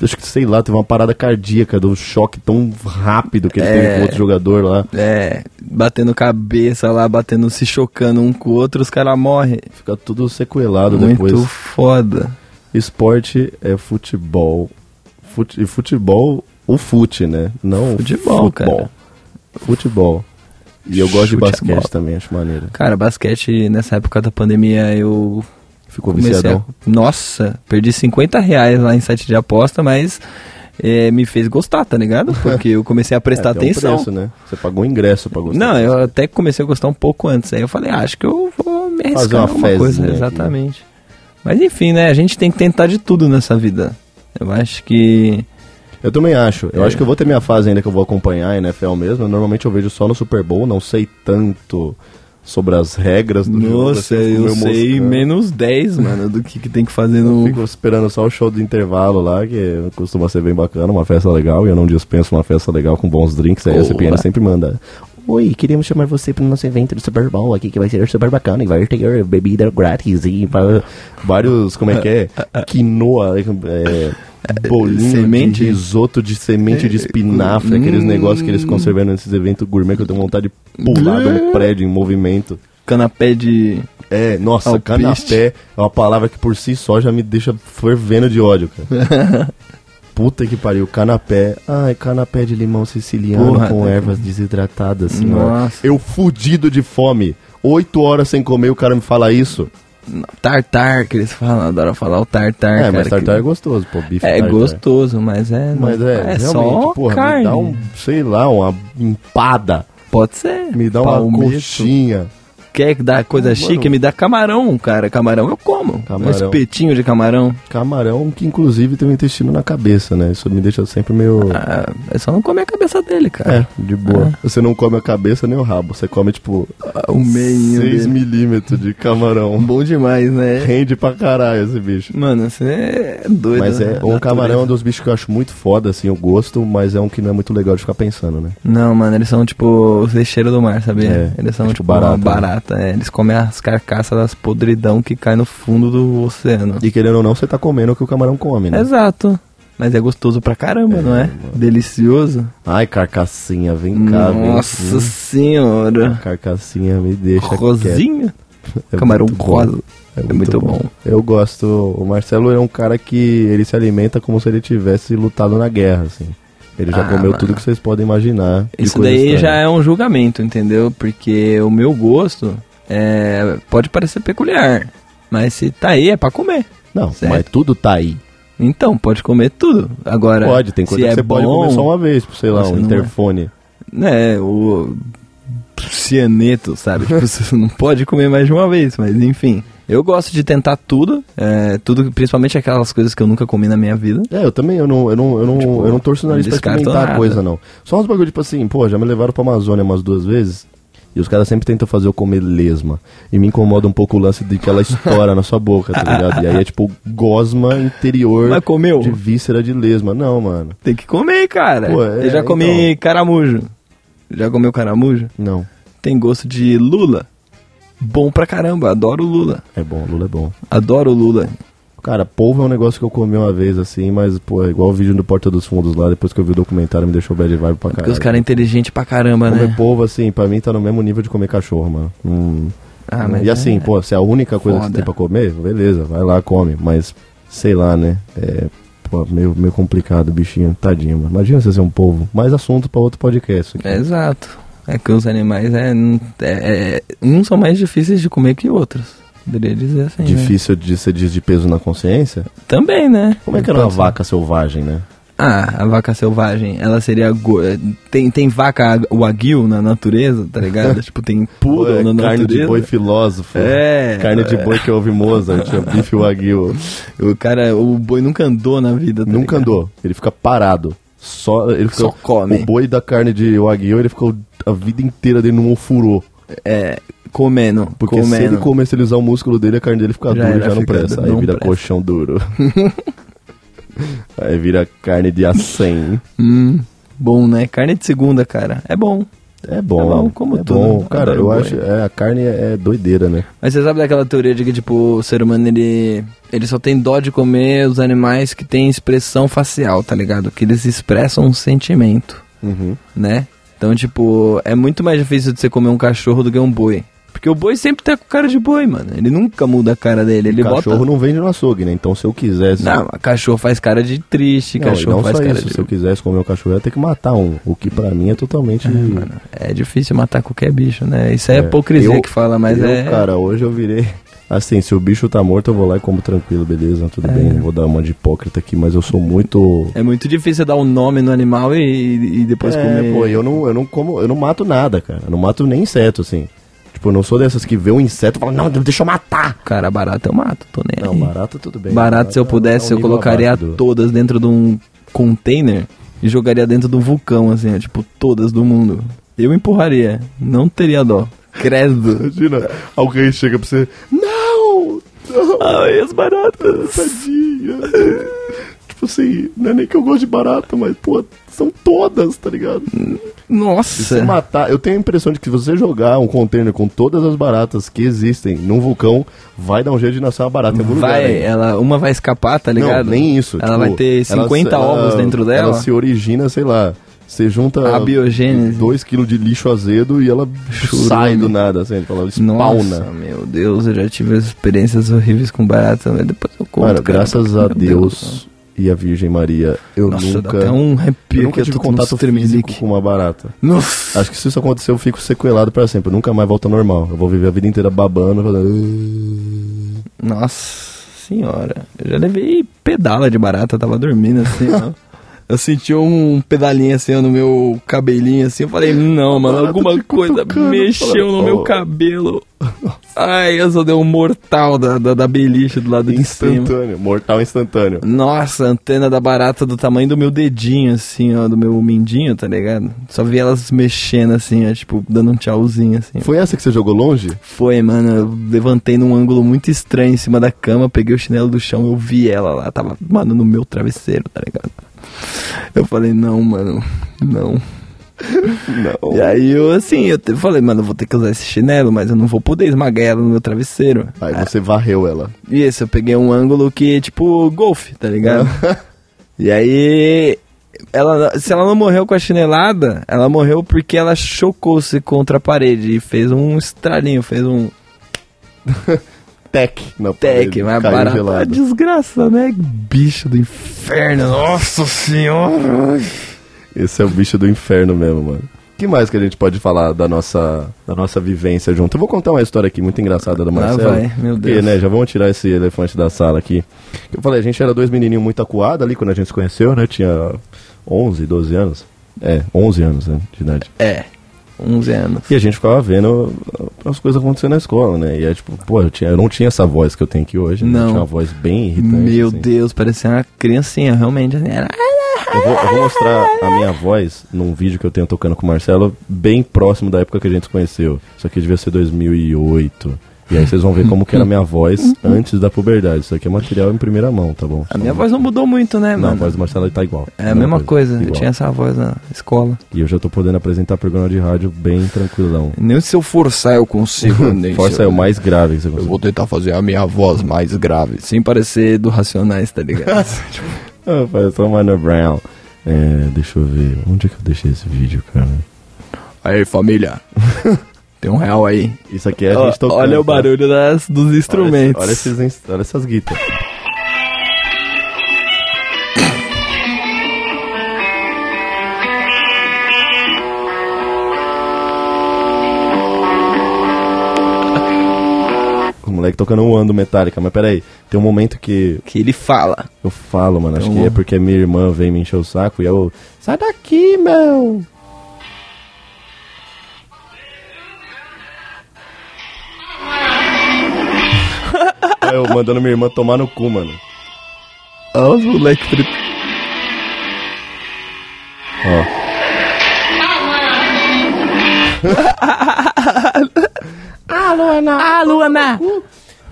Speaker 1: Acho que, sei lá, teve uma parada cardíaca do choque tão rápido que ele
Speaker 2: É.
Speaker 1: teve com outro jogador lá.
Speaker 2: É, batendo cabeça lá, batendo, se chocando um com o outro, os caras morrem.
Speaker 1: Fica tudo sequelado
Speaker 2: Muito
Speaker 1: depois.
Speaker 2: foda.
Speaker 1: Esporte é futebol. Fute, e futebol, o fute, né? Não o
Speaker 2: Futebol, cara.
Speaker 1: Futebol. E eu gosto de
Speaker 2: Chute a
Speaker 1: basquete
Speaker 2: bola.
Speaker 1: também, acho maneiro.
Speaker 2: Cara, basquete nessa época da pandemia eu
Speaker 1: Ficou
Speaker 2: comecei a...
Speaker 1: viciadão.
Speaker 2: Nossa, perdi 50 reais lá em site de aposta, mas é, me fez gostar, tá
Speaker 1: (laughs)
Speaker 2: ligado? Porque eu comecei a prestar
Speaker 1: É, tem um
Speaker 2: atenção.
Speaker 1: preço, né? Você pagou ingresso pra gostar.
Speaker 2: Não, eu até comecei a gostar um pouco antes. Aí eu falei, ah, acho que eu vou me arriscar
Speaker 1: Fazer uma
Speaker 2: em alguma
Speaker 1: fezinha
Speaker 2: coisa.
Speaker 1: aqui, né?
Speaker 2: Exatamente. Mas enfim, né? A gente tem que tentar de tudo nessa vida. Eu acho que.
Speaker 1: Eu também acho. Eu
Speaker 2: É.
Speaker 1: acho que eu vou ter minha fase ainda que eu vou acompanhar a NFL mesmo. Normalmente eu vejo só no Super Bowl, não sei tanto sobre as regras do jogo.
Speaker 2: Nossa,
Speaker 1: assim, fico
Speaker 2: eu
Speaker 1: meio
Speaker 2: sei
Speaker 1: moscando.
Speaker 2: menos 10, mano, do que, que tem que fazer no.
Speaker 1: Fico esperando só o show do intervalo lá, que costuma ser bem bacana, uma festa legal, e eu não dispenso uma festa legal com bons drinks, aí a
Speaker 2: Boa.
Speaker 1: CPN sempre manda.
Speaker 3: Oi, queríamos chamar você para o nosso evento do Super Bowl aqui, que vai ser super bacana, e vai ter bebida grátis e pra-
Speaker 1: Vários, como é que
Speaker 2: (laughs)
Speaker 1: é?
Speaker 2: Ah,
Speaker 1: Quinoa, é, bolinho
Speaker 2: Semente?
Speaker 1: de
Speaker 2: É, hum.
Speaker 1: risoto de semente de espinafre, aqueles negócios que eles conservam nesses eventos gourmet que eu tenho vontade de pular de um prédio em movimento.
Speaker 2: Canapé de.
Speaker 1: É, nossa,
Speaker 2: Alpiste.
Speaker 1: canapé é uma palavra que por si só já me deixa fervendo de ódio, cara.
Speaker 2: (laughs)
Speaker 1: Puta que pariu, canapé. Ai, canapé de limão siciliano
Speaker 2: Porra,
Speaker 1: com
Speaker 2: né?
Speaker 1: ervas desidratadas, senhora.
Speaker 2: Nossa.
Speaker 1: Eu fudido de fome. Oito horas sem comer, o cara me fala isso.
Speaker 2: Tartar, que eles falam, adoram falar o tartar.
Speaker 1: É,
Speaker 2: cara,
Speaker 1: mas
Speaker 2: que-
Speaker 1: tartar é gostoso, pô, bife
Speaker 2: É
Speaker 1: tartar.
Speaker 2: gostoso, mas é.
Speaker 1: Mas é, realmente,
Speaker 2: só
Speaker 1: porra,
Speaker 2: carne.
Speaker 1: me dá um, sei lá, uma empada.
Speaker 2: Pode ser.
Speaker 1: Me dá uma
Speaker 2: Palmito.
Speaker 1: coxinha.
Speaker 2: Quer dar coisa chique? Me dá camarão, cara. Camarão eu como.
Speaker 1: Camarão.
Speaker 2: Um espetinho de camarão.
Speaker 1: Camarão que inclusive tem um intestino na cabeça, né? Isso me deixa sempre meio...
Speaker 2: Ah, é só não comer a cabeça dele,
Speaker 1: É,
Speaker 2: cara.
Speaker 1: de boa. Você não come a cabeça nem o rabo, você come tipo
Speaker 2: Ah, O meinho
Speaker 1: 6
Speaker 2: dele.
Speaker 1: milímetros de camarão.
Speaker 2: Bom demais, né?
Speaker 1: Rende pra caralho esse bicho.
Speaker 2: Mano, você é doido.
Speaker 1: Mas
Speaker 2: né?
Speaker 1: é, um
Speaker 2: Natureza.
Speaker 1: camarão é um dos bichos que eu acho muito foda, assim, eu gosto, mas é um que não é muito legal de ficar pensando, né?
Speaker 2: Não, mano, eles são tipo os lixeiros do mar, sabia?
Speaker 1: É,
Speaker 2: eles são
Speaker 1: tipo
Speaker 2: tipo
Speaker 1: barata,
Speaker 2: barata. Uma barata é. Eles comem as carcaças das podridão que cai no fundo do oceano.
Speaker 1: E querendo ou não, você tá comendo o que o camarão come, né?
Speaker 2: Exato. Mas é gostoso pra caramba,
Speaker 1: É,
Speaker 2: não é?
Speaker 1: mano.
Speaker 2: Delicioso.
Speaker 1: Ai, carcassinha, vem cá, vem
Speaker 2: Nossa
Speaker 1: aqui.
Speaker 2: senhora.
Speaker 1: Carcassinha me deixa quieto.
Speaker 2: Rosinha?
Speaker 1: É
Speaker 2: Camarão
Speaker 1: muito bom.
Speaker 2: rosa. É muito, bom.
Speaker 1: Eu gosto. O Marcelo é um cara que ele se alimenta como se ele tivesse lutado na guerra, assim. Ele já
Speaker 2: Ah,
Speaker 1: comeu
Speaker 2: mano.
Speaker 1: tudo que vocês podem imaginar. de
Speaker 2: Isso
Speaker 1: coisa
Speaker 2: daí
Speaker 1: estranha.
Speaker 2: já é um julgamento, entendeu? Porque o meu gosto é, pode parecer peculiar, mas se tá aí é pra comer.
Speaker 1: Não,
Speaker 2: Certo.
Speaker 1: mas tudo tá aí.
Speaker 2: Então, pode comer tudo. Agora,
Speaker 1: Pode, tem coisa
Speaker 2: se
Speaker 1: que
Speaker 2: é
Speaker 1: você
Speaker 2: bom,
Speaker 1: pode comer só uma vez, tipo, sei lá,
Speaker 2: Nossa,
Speaker 1: um
Speaker 2: não é.
Speaker 1: interfone.
Speaker 2: né, o cianeto, sabe? (laughs) Tipo, você não pode comer mais de uma vez, mas enfim. Eu gosto de tentar tudo, é, tudo, principalmente aquelas coisas que eu nunca comi na minha vida.
Speaker 1: É, eu também, eu não, eu não, eu não,
Speaker 2: Tipo,
Speaker 1: eu não torço o nariz
Speaker 2: não
Speaker 1: pra
Speaker 2: descarto
Speaker 1: experimentar
Speaker 2: nada.
Speaker 1: coisa, não. Só uns bagulho, tipo assim, pô, já me levaram pra Amazônia umas duas vezes. E os caras sempre tentam fazer eu comer lesma. E me incomoda um pouco o lance de que ela estoura na sua boca, tá ligado? E aí é tipo gosma interior
Speaker 2: (laughs) Mas comeu?
Speaker 1: de víscera de lesma. Não, mano.
Speaker 2: Tem que comer, cara.
Speaker 1: Pô, é,
Speaker 2: eu já comi caramujo. Já comeu caramujo?
Speaker 1: Não.
Speaker 2: Tem gosto de lula. Bom pra caramba, adoro lula.
Speaker 1: É bom, Lula é bom.
Speaker 2: Adoro lula.
Speaker 1: Cara, polvo é um negócio que eu comi uma vez assim, mas, pô, é igual o vídeo do Porta dos Fundos lá, depois que eu vi o documentário, me deixou bad vibe pra
Speaker 2: Porque
Speaker 1: caralho.
Speaker 2: os caras é inteligente pra caramba,
Speaker 1: Comer
Speaker 2: né?
Speaker 1: polvo, assim, pra mim tá no mesmo nível de comer cachorro, mano. Hum.
Speaker 2: Ah,
Speaker 1: e assim, pô, se é a única coisa que
Speaker 2: Foda.
Speaker 1: você tem pra comer, beleza, vai lá, come. Mas, sei lá, né? É, pô, meio, meio complicado, bichinho, tadinho, mano. Imagina você ser um polvo. Mais assunto pra outro podcast. aqui.
Speaker 2: É, Exato. É que os animais é, n- é- é- uns são mais difíceis de comer que outros. Poderia dizer assim. né?
Speaker 1: Difícil de ser diz de peso na consciência.
Speaker 2: Também, né?
Speaker 1: Como é que era uma
Speaker 2: Pode ser.
Speaker 1: vaca selvagem, né?
Speaker 2: Ah, a vaca selvagem, ela seria. go- Tem, tem vaca wagyu na natureza,
Speaker 1: (laughs)
Speaker 2: tá ligado? tipo, tem
Speaker 1: Pô,
Speaker 2: poodle
Speaker 1: é
Speaker 2: na
Speaker 1: carne
Speaker 2: natureza.
Speaker 1: de boi filósofo.
Speaker 2: É.
Speaker 1: Carne de
Speaker 2: é.
Speaker 1: boi que ouve Mozart, é bife wagyu.
Speaker 2: O cara, o boi nunca andou na vida. tá
Speaker 1: Nunca
Speaker 2: ligado?
Speaker 1: andou. Ele fica parado. Só, ele fica,
Speaker 2: Só come.
Speaker 1: O boi da carne de wagyu, ele ficou a vida inteira dele num ofurô.
Speaker 2: É, comendo.
Speaker 1: Porque
Speaker 2: comendo.
Speaker 1: se ele comercializar o músculo dele, a carne dele fica
Speaker 2: Já
Speaker 1: dura e
Speaker 2: era,
Speaker 1: já não
Speaker 2: fica
Speaker 1: presta.
Speaker 2: dura,
Speaker 1: Aí
Speaker 2: não
Speaker 1: vira
Speaker 2: presta.
Speaker 1: colchão duro. (laughs) Aí vira carne de acém.
Speaker 2: Hum, bom, né? Carne de segunda, cara. É bom.
Speaker 1: É bom.
Speaker 2: É bom, como
Speaker 1: é
Speaker 2: tudo. Tá
Speaker 1: bom. Cara,
Speaker 2: Adoro
Speaker 1: eu
Speaker 2: boi.
Speaker 1: acho... É, a carne é, é doideira, né?
Speaker 2: Mas você sabe daquela teoria de que, tipo, o ser humano, ele, ele só tem dó de comer os animais que têm expressão facial, tá ligado? Que eles expressam um sentimento, né? Então, tipo, é muito mais difícil de você comer um cachorro do que um boi. Porque o boi sempre tá com cara de boi, mano. Ele nunca muda a cara dele. Ele
Speaker 1: cachorro
Speaker 2: bota...
Speaker 1: não vende no açougue, né? Então se eu quisesse...
Speaker 2: Não, cachorro faz cara de triste,
Speaker 1: Não, e
Speaker 2: cachorro
Speaker 1: não
Speaker 2: faz
Speaker 1: só
Speaker 2: cara
Speaker 1: isso,
Speaker 2: de...
Speaker 1: se eu quisesse comer o cachorro, eu ia ter que matar um. O que pra mim é totalmente...
Speaker 2: Mano, é difícil matar qualquer bicho, né? Isso é, hipocrisia
Speaker 1: eu-
Speaker 2: que fala, mas
Speaker 1: eu,
Speaker 2: é...
Speaker 1: Cara, hoje eu virei. Assim, se o bicho tá morto, eu vou lá e como tranquilo, beleza, tudo bem. Vou dar uma de hipócrita aqui, mas eu sou muito.
Speaker 2: É muito difícil dar um nome no animal e, e depois
Speaker 1: É,
Speaker 2: comer...
Speaker 1: pô, eu não, eu não como, eu não mato nada, cara. Eu não mato nem inseto, assim. Tipo, eu não sou dessas que vê um inseto e fala, não, deixa eu matar.
Speaker 2: Cara, barata eu mato, tô nem (laughs)
Speaker 1: Não,
Speaker 2: aí.
Speaker 1: barata tudo bem.
Speaker 2: Barata, se eu pudesse,
Speaker 1: é um
Speaker 2: eu
Speaker 1: nível
Speaker 2: colocaria
Speaker 1: abaixo do-
Speaker 2: todas dentro de um container e jogaria dentro de um vulcão, assim, ó, tipo, todas do mundo. Eu empurraria, não teria dó. Credo.
Speaker 1: Imagina, alguém chega pra você, não! não
Speaker 2: Ai, as Ah, baratas.
Speaker 1: tadinha." tipo assim, não é nem que eu gosto de barato, mas, pô, são todas, tá ligado? Se você
Speaker 2: Nossa!
Speaker 1: matar, eu tenho a impressão de que se você jogar um container com todas as baratas que existem num vulcão, vai dar um jeito de nascer uma barata em algum lugar.
Speaker 2: Vai,
Speaker 1: hein?
Speaker 2: ela, uma vai escapar, tá ligado?
Speaker 1: Não, nem isso.
Speaker 2: Ela
Speaker 1: tipo,
Speaker 2: vai ter 50
Speaker 1: ela-
Speaker 2: ovos dentro dela.
Speaker 1: Ela se origina, sei lá, você junta
Speaker 2: A biogênese.
Speaker 1: 2 kg de lixo azedo e ela
Speaker 2: Churume.
Speaker 1: sai do nada, assim, ela
Speaker 2: Nossa,
Speaker 1: spawna.
Speaker 2: meu Deus, eu já tive experiências horríveis com barata, mas depois eu conto.
Speaker 1: Cara,
Speaker 2: cara,
Speaker 1: graças
Speaker 2: porque,
Speaker 1: a
Speaker 2: meu
Speaker 1: Deus e a Virgem Maria, eu
Speaker 2: Nossa, dá
Speaker 1: nunca...
Speaker 2: até um arrepio
Speaker 1: Eu nunca
Speaker 2: que
Speaker 1: tive
Speaker 2: eu tô
Speaker 1: contato físico com uma barata.
Speaker 2: Nossa,
Speaker 1: Acho que se isso acontecer, eu fico sequelado pra sempre. Eu nunca mais volto ao normal. Eu vou viver a vida inteira babando, "Ah, fazendo...
Speaker 2: Nossa senhora, eu já levei pedala de barata, eu tava dormindo assim, ó. (laughs) Eu senti um pedalinho assim ó, no meu cabelinho assim, eu falei, não, mano,
Speaker 1: barata
Speaker 2: alguma
Speaker 1: te
Speaker 2: coisa
Speaker 1: cutucando,
Speaker 2: mexeu no
Speaker 1: falando,
Speaker 2: meu
Speaker 1: "Oh."
Speaker 2: cabelo. Ai, eu só dei um mortal da, da, da beliche do lado de cima.
Speaker 1: Instantâneo. Mortal instantâneo.
Speaker 2: Nossa, a antena da barata do tamanho do meu dedinho, assim, ó, do meu mindinho, tá ligado? Só vi elas mexendo, assim, ó, tipo, dando um tchauzinho, assim.
Speaker 1: Foi essa que você jogou longe?
Speaker 2: Foi, mano, eu levantei num ângulo muito estranho em cima da cama, peguei o chinelo do chão, eu vi ela lá, tava, mano, no meu travesseiro, tá ligado? Eu falei, não, mano, não.
Speaker 1: Não.
Speaker 2: E aí eu, assim, eu te- falei, mano, eu vou ter que usar esse chinelo, mas eu não vou poder esmagar ela no meu travesseiro.
Speaker 1: Aí você varreu ela.
Speaker 2: Isso, eu peguei um ângulo que é tipo golfe, tá ligado? e aí. Ela, se ela não morreu com a chinelada, ela morreu porque ela chocou-se contra a parede e fez um estralinho, fez um
Speaker 1: (laughs) Tec. Na
Speaker 2: tec,
Speaker 1: parede,
Speaker 2: mas
Speaker 1: caiu
Speaker 2: barata.
Speaker 1: gelado.
Speaker 2: É Desgraça, né? Bicho do inferno, nossa senhora!
Speaker 1: Esse é o bicho do inferno mesmo, mano. O que mais que a gente pode falar da nossa, da nossa vivência junto? Eu vou contar uma história aqui muito engraçada da Marcela.
Speaker 2: Ah, vai, meu
Speaker 1: porque,
Speaker 2: Deus.
Speaker 1: né, já vamos tirar esse elefante da sala aqui. Eu falei, a gente era dois menininhos muito acuados ali quando a gente se conheceu, né? Tinha 11, 12 anos. É, 11 anos né, de idade.
Speaker 2: É, 11 anos.
Speaker 1: E a gente ficava vendo as coisas acontecendo na escola, né? E é tipo, pô, eu, tinha- eu não tinha essa voz que eu tenho aqui hoje. né? Eu
Speaker 2: Não.
Speaker 1: tinha uma voz bem irritante.
Speaker 2: Meu
Speaker 1: assim.
Speaker 2: Deus, parecia uma criancinha, realmente. assim, era-
Speaker 1: Eu vou, eu vou mostrar a minha voz num vídeo que eu tenho tocando com o Marcelo, bem próximo da época que a gente se conheceu. Isso aqui devia ser 2008. E aí vocês vão ver como que era a minha voz antes da puberdade. Isso aqui é material em primeira mão, tá bom?
Speaker 2: A minha voz não mudou muito, né,
Speaker 1: Não, a
Speaker 2: mano?
Speaker 1: voz do Marcelo tá igual.
Speaker 2: É a mesma coisa, eu
Speaker 1: igual.
Speaker 2: tinha essa voz na escola.
Speaker 1: E eu já tô podendo apresentar programa de rádio bem tranquilão.
Speaker 2: Nem se eu forçar
Speaker 1: (laughs)
Speaker 2: eu consigo. nem se
Speaker 1: Força é
Speaker 2: eu...
Speaker 1: o mais grave que você
Speaker 2: Eu
Speaker 1: consegue.
Speaker 2: vou tentar fazer a minha voz mais grave, sem parecer do Racionais, tá
Speaker 1: (laughs)
Speaker 2: ligado?
Speaker 1: Ah, Parece o Mano Brown. É, deixa eu ver. Onde é que eu deixei esse vídeo, cara? (laughs)
Speaker 2: aí, família, tem um real aí.
Speaker 1: Isso aqui é a gente tocando.
Speaker 2: olha o
Speaker 1: tá?
Speaker 2: barulho das, dos
Speaker 1: Olha,
Speaker 2: instrumentos.
Speaker 1: olha, esses, ins- olha essas guitarras. (laughs) O moleque tocando um ano Metallica, mas peraí, tem um momento que
Speaker 2: Que ele fala.
Speaker 1: eu falo, mano, acho
Speaker 2: Então,
Speaker 1: que é porque minha irmã vem me encher o saco e eu. Sai daqui, meu! Aí eu mandando minha irmã tomar no cu, mano.
Speaker 2: Olha os moleque fri-
Speaker 1: Ó.
Speaker 2: Ah, Luana!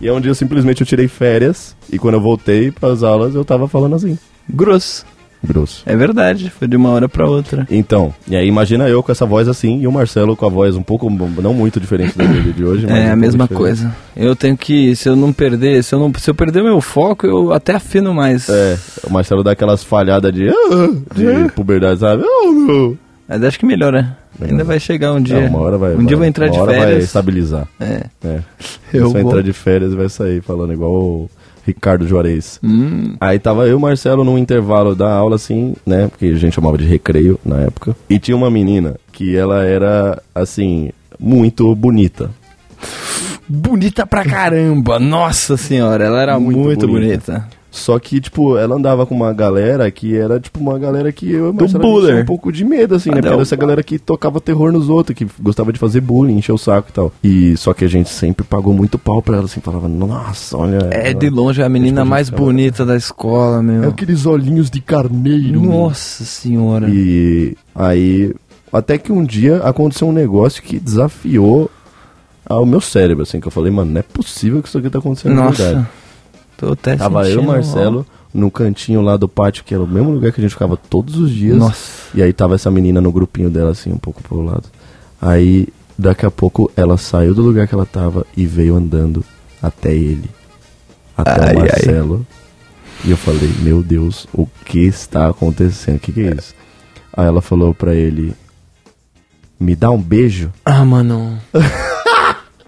Speaker 1: E é um dia eu simplesmente eu tirei férias e quando eu voltei pras aulas eu tava falando assim.
Speaker 2: Grosso.
Speaker 1: Grosso.
Speaker 2: É verdade, foi de uma hora pra outra.
Speaker 1: Então, e aí imagina eu com essa voz assim e o Marcelo com a voz um pouco, não muito diferente da dele de hoje. mas um
Speaker 2: É a
Speaker 1: pouco
Speaker 2: mesma
Speaker 1: diferente.
Speaker 2: coisa. Eu tenho que, se eu não perder, se eu, não, se eu perder meu foco, eu até afino mais.
Speaker 1: É, o Marcelo dá aquelas falhadas de, "Ah",
Speaker 2: É.
Speaker 1: de puberdade, sabe? Oh, meu.
Speaker 2: Mas acho que melhora. Ainda vai chegar um dia.
Speaker 1: Não, É, uma hora vai.
Speaker 2: Um
Speaker 1: vai-
Speaker 2: dia eu vou entrar
Speaker 1: uma
Speaker 2: de
Speaker 1: hora vai
Speaker 2: férias.
Speaker 1: estabilizar.
Speaker 2: É.
Speaker 1: É.
Speaker 2: Eu
Speaker 1: Você vai
Speaker 2: vou.
Speaker 1: entrar de férias e vai sair falando igual o Ricardo Juarez.
Speaker 2: Hum,
Speaker 1: Aí tava eu e o Marcelo num intervalo da aula, assim, né? Porque a gente chamava de recreio na época. E tinha uma menina que ela era, assim, muito bonita.
Speaker 2: bonita pra caramba, nossa senhora, ela era
Speaker 1: Muito
Speaker 2: muito,
Speaker 1: bonita.
Speaker 2: bonita.
Speaker 1: Só que, tipo, ela andava com uma galera que era, tipo, uma galera que eu e o Marcelo, a gente
Speaker 2: buller.
Speaker 1: tinha um pouco de medo, assim, né?
Speaker 2: Ah,
Speaker 1: Porque
Speaker 2: não.
Speaker 1: era essa galera que tocava terror nos outros, que gostava de fazer bullying, encher o saco e tal. E só que a gente sempre pagou muito pau pra ela, assim, falava, nossa, olha.
Speaker 2: É
Speaker 1: ela-
Speaker 2: de longe a
Speaker 1: Tipo,
Speaker 2: menina
Speaker 1: a
Speaker 2: mais
Speaker 1: gente fala-
Speaker 2: bonita da escola,
Speaker 1: É
Speaker 2: meu.
Speaker 1: aqueles olhinhos de carneiro.
Speaker 2: Nossa senhora.
Speaker 1: E aí, até que um dia aconteceu um negócio que desafiou ao meu cérebro, assim, que eu falei, mano, não é possível que isso aqui tá acontecendo na
Speaker 2: Nossa.
Speaker 1: verdade.
Speaker 2: Tô até
Speaker 1: Tava eu e
Speaker 2: sentindo um
Speaker 1: o Marcelo no cantinho lá do pátio, que era o mesmo lugar que a gente ficava todos os dias.
Speaker 2: Nossa.
Speaker 1: E aí tava essa menina no grupinho dela, assim, um pouco pro lado. Aí, daqui a pouco, ela saiu do lugar que ela tava e veio andando até ele. Até
Speaker 2: Ai, ai.
Speaker 1: o Marcelo. E eu falei, meu Deus, o que está acontecendo? O que, que é isso? Aí ela falou pra ele, me dá um beijo.
Speaker 4: Ah, mano.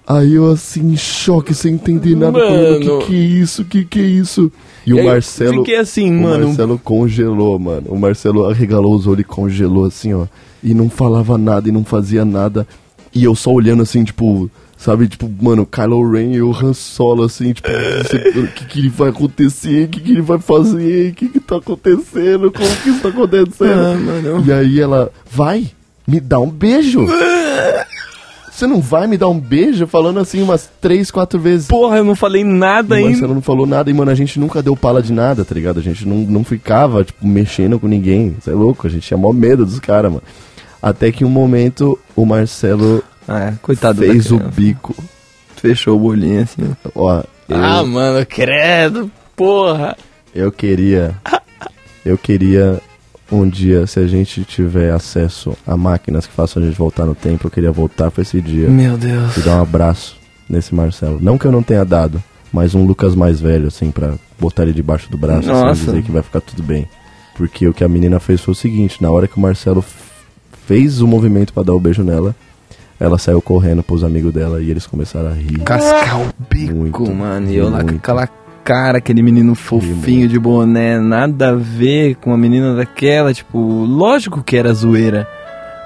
Speaker 1: Aí eu assim, em choque, sem entender nada. falando,
Speaker 4: Mano.
Speaker 1: que que é isso? Que que é isso? E, o
Speaker 4: aí eu
Speaker 1: Marcelo.
Speaker 4: Fiquei assim,
Speaker 1: o
Speaker 4: mano.
Speaker 1: Marcelo congelou, mano. O Marcelo arregalou os olhos e congelou assim, ó. E não falava nada e não fazia nada. E eu só olhando assim, tipo, sabe, tipo, mano, Kylo Ren e o Han Solo, assim, tipo, o que, que ele vai acontecer? O que, que ele vai fazer? O que, que tá acontecendo? Como que isso tá acontecendo?
Speaker 4: Ah, mano.
Speaker 1: E aí ela, vai, me dá
Speaker 4: (laughs)
Speaker 1: um beijo. Você não vai me dar um beijo? Falando assim umas três, quatro vezes.
Speaker 4: Porra, eu não falei nada
Speaker 1: O
Speaker 4: ainda.
Speaker 1: Marcelo não falou nada e, mano, a gente nunca deu pala de nada, tá ligado? A gente não, não ficava, tipo, mexendo com ninguém. Você é louco, a gente tinha mó medo dos caras, mano. Até que um momento o Marcelo
Speaker 2: É, coitado
Speaker 1: fez
Speaker 2: da
Speaker 1: o
Speaker 2: criança.
Speaker 1: bico.
Speaker 2: Fechou o bolinho assim.
Speaker 1: Ó, eu,
Speaker 4: Ah, mano, credo. Porra.
Speaker 1: eu queria. Eu queria um dia, se a gente tiver acesso a máquinas que façam a gente voltar no tempo, eu queria voltar pra esse dia.
Speaker 4: Meu Deus.
Speaker 1: e dar um abraço nesse Marcelo. Não que eu não tenha dado, mas um Lucas mais velho, assim, pra botar ele debaixo do braço, assim,
Speaker 2: Nossa.
Speaker 1: dizer que vai ficar tudo bem. Porque o que a menina fez foi o seguinte, na hora que o Marcelo f- fez o movimento pra dar o beijo nela, ela saiu correndo pros amigos dela e eles começaram a rir.
Speaker 2: Cascar o bico,
Speaker 1: Muito,
Speaker 2: mano. E eu lá com
Speaker 1: muito.
Speaker 2: aquela cara, aquele menino fofinho de boné, nada a ver com uma menina daquela, tipo, lógico que era zoeira.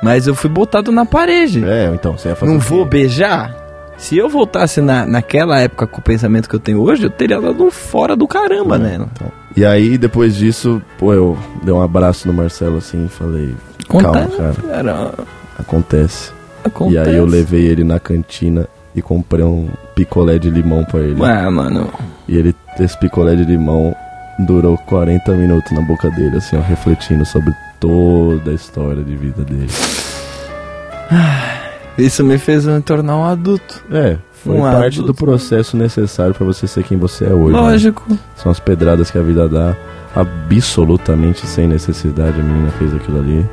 Speaker 2: Mas eu fui botado na parede.
Speaker 1: É, então, você ia fazer
Speaker 2: Não
Speaker 1: o quê?
Speaker 2: vou beijar? Se eu voltasse na, naquela época com o pensamento que eu tenho hoje, eu teria dado um fora do caramba
Speaker 1: É.
Speaker 2: nela.
Speaker 1: E aí, depois disso, pô, eu dei um abraço no Marcelo, assim, e falei, calma,
Speaker 2: Acontece.
Speaker 1: cara,
Speaker 2: Cara,
Speaker 1: acontece.
Speaker 2: acontece.
Speaker 1: E aí eu levei ele na cantina e comprei um picolé de limão pra ele.
Speaker 2: Ah, mano.
Speaker 1: E ele, esse picolé de limão durou 40 minutos na boca dele, assim, ó, refletindo sobre toda a história de vida dele.
Speaker 2: Isso me fez me tornar um adulto.
Speaker 1: É, foi
Speaker 2: Um
Speaker 1: parte
Speaker 2: adulto.
Speaker 1: do processo necessário pra você ser quem você é hoje. né?
Speaker 2: Lógico.
Speaker 1: São as pedradas que a vida dá absolutamente sem necessidade. A menina fez aquilo ali.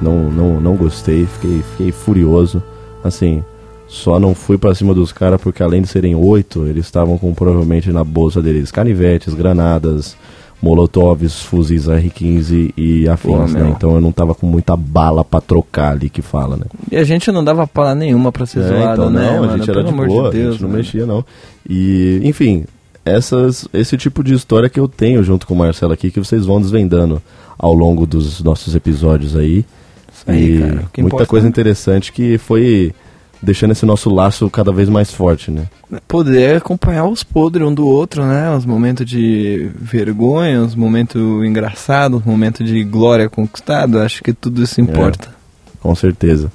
Speaker 1: Não, não, não gostei, fiquei, fiquei furioso. Assim, só não fui pra cima dos caras porque além de serem oito, eles estavam com provavelmente na bolsa deles canivetes, granadas, molotovs, fuzis R15 e
Speaker 2: Porra,
Speaker 1: afins, né?
Speaker 2: meu.
Speaker 1: Então eu não tava com muita bala pra trocar ali que fala, né?
Speaker 2: E a gente não dava pala nenhuma pra ser zoado,
Speaker 1: então,
Speaker 2: né?
Speaker 1: Não,
Speaker 2: mano?
Speaker 1: a gente
Speaker 2: Pelo
Speaker 1: era de
Speaker 2: amor
Speaker 1: boa,
Speaker 2: de Deus,
Speaker 1: a gente não
Speaker 2: mano.
Speaker 1: mexia, não. E, enfim, essas, esse tipo de história que eu tenho junto com o Marcelo aqui, que vocês vão desvendando ao longo dos nossos episódios aí.
Speaker 2: aí,
Speaker 1: e
Speaker 2: cara, o
Speaker 1: muita
Speaker 2: que importa,
Speaker 1: coisa
Speaker 2: né?
Speaker 1: interessante que foi deixando esse nosso laço cada vez mais forte, né?
Speaker 2: Poder acompanhar os podres um do outro, né? Os momentos de vergonha, os momentos engraçados, os momentos de glória conquistada. Acho que tudo isso importa.
Speaker 1: É, Com certeza.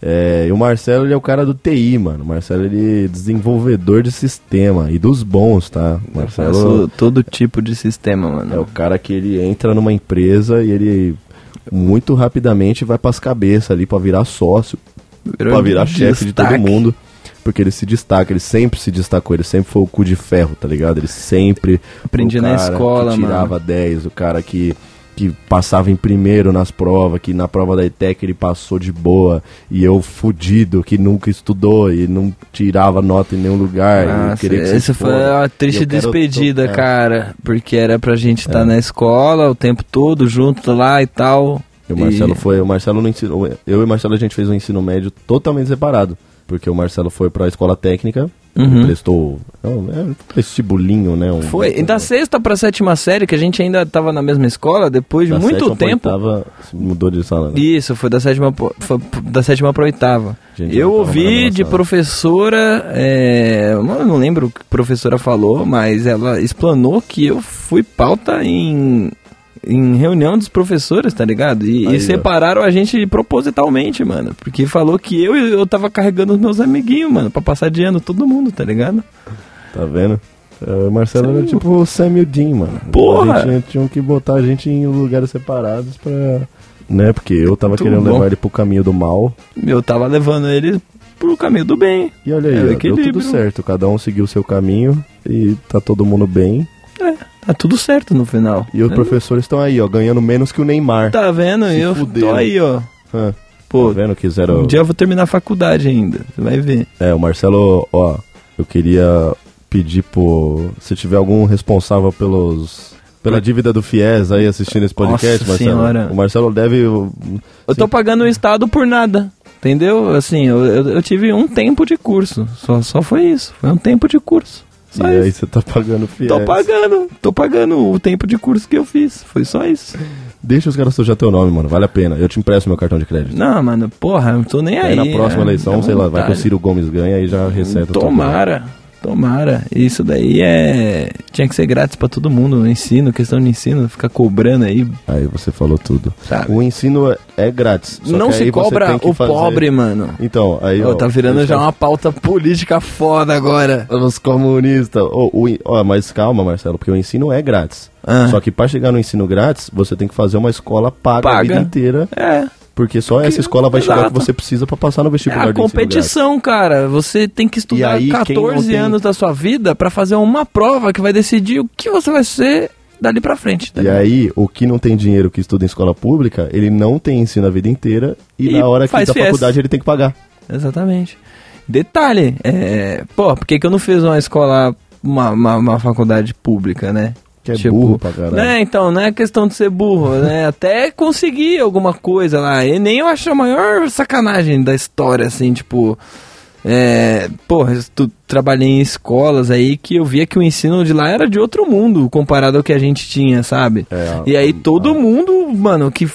Speaker 1: É, e o Marcelo, ele é o cara do TI, mano. O Marcelo, ele é desenvolvedor de sistema e dos bons, tá? O
Speaker 2: Eu
Speaker 1: Marcelo...
Speaker 2: faço todo tipo de sistema,
Speaker 1: É o
Speaker 2: mano.
Speaker 1: cara que ele entra numa empresa e ele muito rapidamente vai pras cabeças ali pra virar sócio,
Speaker 2: Virou
Speaker 1: pra virar
Speaker 2: de
Speaker 1: chefe de todo
Speaker 2: destaque.
Speaker 1: mundo. Porque ele se destaca, ele sempre se destacou, ele sempre foi o cu de ferro, tá ligado? Ele sempre.
Speaker 2: Aprendi
Speaker 1: o
Speaker 2: na
Speaker 1: cara
Speaker 2: escola,
Speaker 1: que tirava
Speaker 2: mano.
Speaker 1: 10, o cara que, que passava em primeiro nas provas, que na prova da ETEC ele passou de boa, e eu fudido, que nunca estudou e não tirava nota em nenhum lugar. e
Speaker 2: Nossa,
Speaker 1: queria que se
Speaker 2: essa foi
Speaker 1: foda.
Speaker 2: uma triste
Speaker 1: Eu quero
Speaker 2: despedida,
Speaker 1: to- é.
Speaker 2: cara. Porque era pra gente estar na escola o tempo todo, junto lá e tal.
Speaker 1: E o Marcelo
Speaker 2: E-
Speaker 1: foi, o Marcelo não ensinou, eu e o Marcelo a gente fez um ensino médio totalmente separado, porque o Marcelo foi pra escola técnica,
Speaker 2: Uhum.
Speaker 1: ele prestou, é um é um vestibulinho, né? Um,
Speaker 2: Foi, e da sexta pra sétima série, que a gente ainda tava na mesma escola, depois de
Speaker 1: da
Speaker 2: muito
Speaker 1: sétima pra
Speaker 2: tempo.
Speaker 1: oitava, se mudou de sala. né?
Speaker 2: Isso, foi da sétima, po- foi p- da sétima pra oitava.
Speaker 1: Gente,
Speaker 2: eu
Speaker 1: eu tava
Speaker 2: ouvi
Speaker 1: na
Speaker 2: de
Speaker 1: nossa-
Speaker 2: professora, é, eu não não lembro o que a professora falou, mas ela explanou que eu fui pauta em, em reunião dos professores, tá ligado? E, e
Speaker 1: Aí, ó.
Speaker 2: separaram a gente propositalmente, mano. Porque falou que eu, eu tava carregando os meus amiguinhos, mano, pra passar de ano todo mundo, tá ligado?
Speaker 1: Tá vendo? É, O Marcelo era tipo o Samuel Dean, mano.
Speaker 2: Porra!
Speaker 1: A gente tinha que botar a gente em lugares separados pra... Né, porque eu tava
Speaker 2: Muito
Speaker 1: querendo
Speaker 2: bom.
Speaker 1: levar ele pro caminho do mal.
Speaker 2: Eu tava levando ele pro caminho do bem.
Speaker 1: E olha aí,
Speaker 2: É, o
Speaker 1: ó, deu
Speaker 2: equilíbrio.
Speaker 1: tudo certo. Cada um seguiu o seu caminho e tá todo mundo bem.
Speaker 2: Tá tudo certo no final.
Speaker 1: E os
Speaker 2: Eu-
Speaker 1: professores estão aí, ó, ganhando menos que o Neymar.
Speaker 2: Tá vendo?
Speaker 1: Se
Speaker 2: eu
Speaker 1: fuderam.
Speaker 2: tô aí, ó.
Speaker 1: Hã,
Speaker 2: Pô,
Speaker 1: tá vendo? Quiseram.
Speaker 2: um dia eu vou terminar a faculdade ainda. Você vai ver.
Speaker 1: É, o Marcelo, ó, eu queria pedir por. Se tiver algum responsável pelos. Pela dívida do Fies aí assistindo esse podcast,
Speaker 2: Nossa
Speaker 1: Marcelo.
Speaker 2: Senhora.
Speaker 1: O Marcelo deve.
Speaker 2: Eu tô
Speaker 1: Sim.
Speaker 2: pagando o Estado por nada. Entendeu? Assim, eu, eu, eu tive um tempo de curso. Só, só foi isso. Foi um tempo de curso. Só
Speaker 1: e aí
Speaker 2: isso.
Speaker 1: você tá pagando o Fies.
Speaker 2: Tô pagando. Tô pagando o tempo de curso que eu fiz. Foi só isso.
Speaker 1: Deixa os caras sujar teu nome, mano. Vale a pena. Eu te empresto meu cartão de crédito.
Speaker 2: Não, mano, porra, não tô nem aí.
Speaker 1: aí na próxima
Speaker 2: né?
Speaker 1: eleição,
Speaker 2: Dá
Speaker 1: sei lá, vai que o
Speaker 2: vontade. Hum,
Speaker 1: Ciro Gomes ganha e já receta o teu nome.
Speaker 2: Tomara, tomara. Isso daí é. Tinha que ser grátis pra todo mundo. Ensino, questão de ensino, ficar cobrando aí,
Speaker 1: Aí você falou tudo.
Speaker 2: sabe?
Speaker 1: O ensino é- é grátis. só
Speaker 2: Tá Não
Speaker 1: que aí
Speaker 2: se
Speaker 1: você
Speaker 2: cobra
Speaker 1: tem que
Speaker 2: o
Speaker 1: fazer-
Speaker 2: pobre, mano.
Speaker 1: Então, aí.
Speaker 2: Ô,
Speaker 1: ó,
Speaker 2: tá virando
Speaker 1: eles
Speaker 2: já uma pauta política foda agora.
Speaker 1: Os comunistas. Ô, o en- ó, mas calma, Marcelo, porque o ensino é grátis.
Speaker 2: Ah.
Speaker 1: Só que pra chegar no ensino grátis, você tem que fazer uma escola paga, a
Speaker 2: Paga.
Speaker 1: vida inteira.
Speaker 2: É,
Speaker 1: Porque só essa escola vai chegar
Speaker 2: exato.
Speaker 1: que você precisa pra passar no
Speaker 2: é
Speaker 1: vestibular
Speaker 2: a
Speaker 1: do ensino grátis.
Speaker 2: competição, cara. Você tem que estudar
Speaker 1: aí, quem não
Speaker 2: 14
Speaker 1: tem-
Speaker 2: anos da sua vida pra fazer uma prova que vai decidir o que você vai ser dali pra frente. tá
Speaker 1: E
Speaker 2: ligado?
Speaker 1: aí, o que não tem dinheiro que estuda em escola pública, ele não tem ensino a vida inteira e,
Speaker 2: E
Speaker 1: na hora que
Speaker 2: faz
Speaker 1: da
Speaker 2: fies.
Speaker 1: faculdade ele tem que pagar.
Speaker 2: Exatamente. Detalhe, é, pô, por que, que eu não fiz uma escola, uma, uma, uma faculdade pública, né?
Speaker 1: Que é
Speaker 2: Tipo,
Speaker 1: burro pra caralho.
Speaker 2: Né, então, não é questão de ser burro,
Speaker 1: (laughs)
Speaker 2: né? Até conseguir alguma coisa lá. E nem eu acho a maior sacanagem da história, assim, tipo. É, porra, tu, trabalhei em escolas aí que eu via que o ensino de lá era de outro mundo comparado ao que a gente tinha, sabe?
Speaker 1: É,
Speaker 2: E aí
Speaker 1: a-
Speaker 2: todo mundo, mano, que,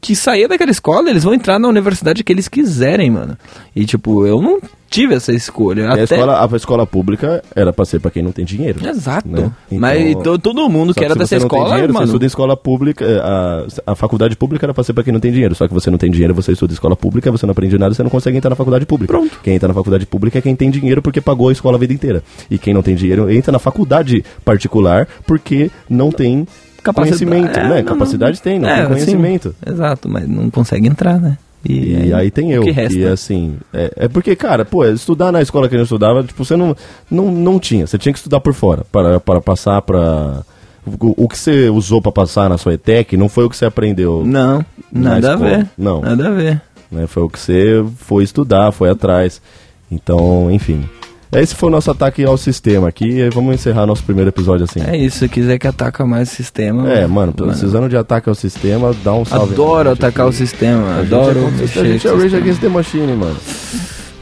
Speaker 2: que saía daquela escola, eles vão entrar na universidade que eles quiserem, mano. E tipo, eu não tive essa escolha.
Speaker 1: E
Speaker 2: até...
Speaker 1: a, escola, a escola pública era pra ser pra quem não tem dinheiro.
Speaker 2: Exato.
Speaker 1: Né?
Speaker 2: Mas
Speaker 1: Então-
Speaker 2: to- todo mundo
Speaker 1: Só
Speaker 2: que era
Speaker 1: se
Speaker 2: dessa
Speaker 1: você não tem
Speaker 2: escola,
Speaker 1: dinheiro, Você
Speaker 2: mano.
Speaker 1: estuda em escola pública, eh, a, a faculdade pública era pra ser pra quem não tem dinheiro. Só que você não tem dinheiro, você estuda em escola pública, você não aprende nada, você não consegue entrar na faculdade pública.
Speaker 2: Pronto.
Speaker 1: Quem entra na faculdade pública é quem tem dinheiro porque pagou a escola a vida inteira. E quem não tem dinheiro entra na faculdade particular porque não tem
Speaker 2: Capacidade-
Speaker 1: conhecimento,
Speaker 2: é,
Speaker 1: né?
Speaker 2: não, não-
Speaker 1: Capacidade tem, não
Speaker 2: É,
Speaker 1: tem
Speaker 2: assim,
Speaker 1: conhecimento.
Speaker 2: Exato, mas não consegue entrar, né?
Speaker 1: E, aí tem
Speaker 2: o
Speaker 1: eu,
Speaker 2: que
Speaker 1: que,
Speaker 2: resta.
Speaker 1: assim, é, é porque, cara, pô, estudar na escola que eu estudava, tipo, você não, não, não tinha, você tinha que estudar por fora, para, para passar pra... O, o que você usou pra passar na sua ETEC não foi o que você aprendeu,
Speaker 2: Não,
Speaker 1: Na
Speaker 2: nada a
Speaker 1: escola,
Speaker 2: ver.
Speaker 1: não.
Speaker 2: Nada a ver.
Speaker 1: né, foi o que você foi estudar, foi atrás, então, enfim. Esse foi o nosso ataque ao sistema aqui, e aí vamos encerrar nosso primeiro episódio assim.
Speaker 2: É isso, se quiser que ataca mais o sistema.
Speaker 1: É, mano, precisando de ataque ao sistema, dá um salve.
Speaker 2: Adoro atacar o sistema, adoro
Speaker 1: A gente é,
Speaker 2: mexer.
Speaker 1: a gente é
Speaker 2: com o
Speaker 1: Rage
Speaker 2: sistema.
Speaker 1: Against the Machine, mano.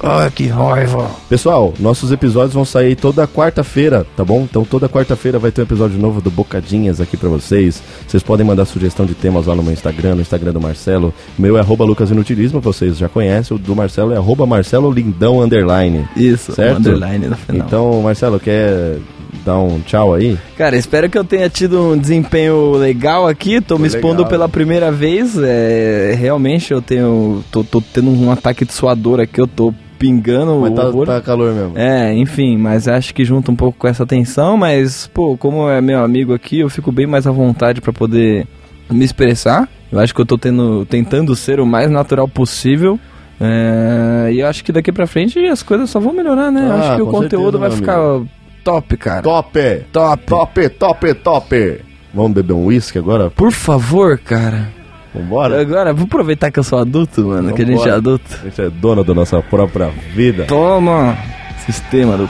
Speaker 2: Ah, que raiva.
Speaker 1: Pessoal, nossos episódios vão sair toda quarta-feira, tá bom? Então toda quarta-feira vai ter um episódio novo do Bocadinhas aqui pra vocês. Vocês podem mandar sugestão de temas lá no meu Instagram, no Instagram do Marcelo. O meu é arroba lucasinutismo, vocês já conhecem. O do Marcelo é arroba marcelolindão underline.
Speaker 2: Isso,
Speaker 1: Certo?
Speaker 2: um underline no final.
Speaker 1: Então, Marcelo, quer dar um tchau aí?
Speaker 2: Cara, espero que eu tenha tido um desempenho legal aqui. Tô me
Speaker 1: Foi
Speaker 2: expondo
Speaker 1: legal.
Speaker 2: pela primeira vez. É, realmente eu tenho. Tô, tô tendo um ataque de suador aqui, eu tô pingando
Speaker 1: Mas
Speaker 2: o
Speaker 1: tá,
Speaker 2: horror.
Speaker 1: tá calor mesmo.
Speaker 2: É, enfim, mas acho que junta um pouco com essa tensão, mas, pô, como é meu amigo aqui, eu fico bem mais à vontade pra poder me expressar. Eu acho que eu tô tendo, tentando ser o mais natural possível. É, e eu acho que daqui pra frente as coisas só vão melhorar, né? Eu
Speaker 1: Ah,
Speaker 2: acho que o
Speaker 1: com certeza,
Speaker 2: conteúdo vai
Speaker 1: meu
Speaker 2: ficar top, cara.
Speaker 1: Top!
Speaker 2: Top.
Speaker 1: Top, top, top! Vamos beber um uísque agora?
Speaker 2: Por favor, cara.
Speaker 1: Vambora?
Speaker 2: Agora, vou aproveitar que eu sou adulto, mano, que a
Speaker 1: É.
Speaker 2: gente é
Speaker 1: Vambora.
Speaker 2: adulto.
Speaker 1: A gente é dono da nossa própria vida.
Speaker 2: Toma! Sistema do.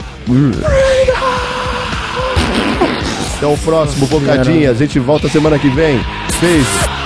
Speaker 1: Até o próximo Bocadinhas. A gente volta semana que vem. Beijo.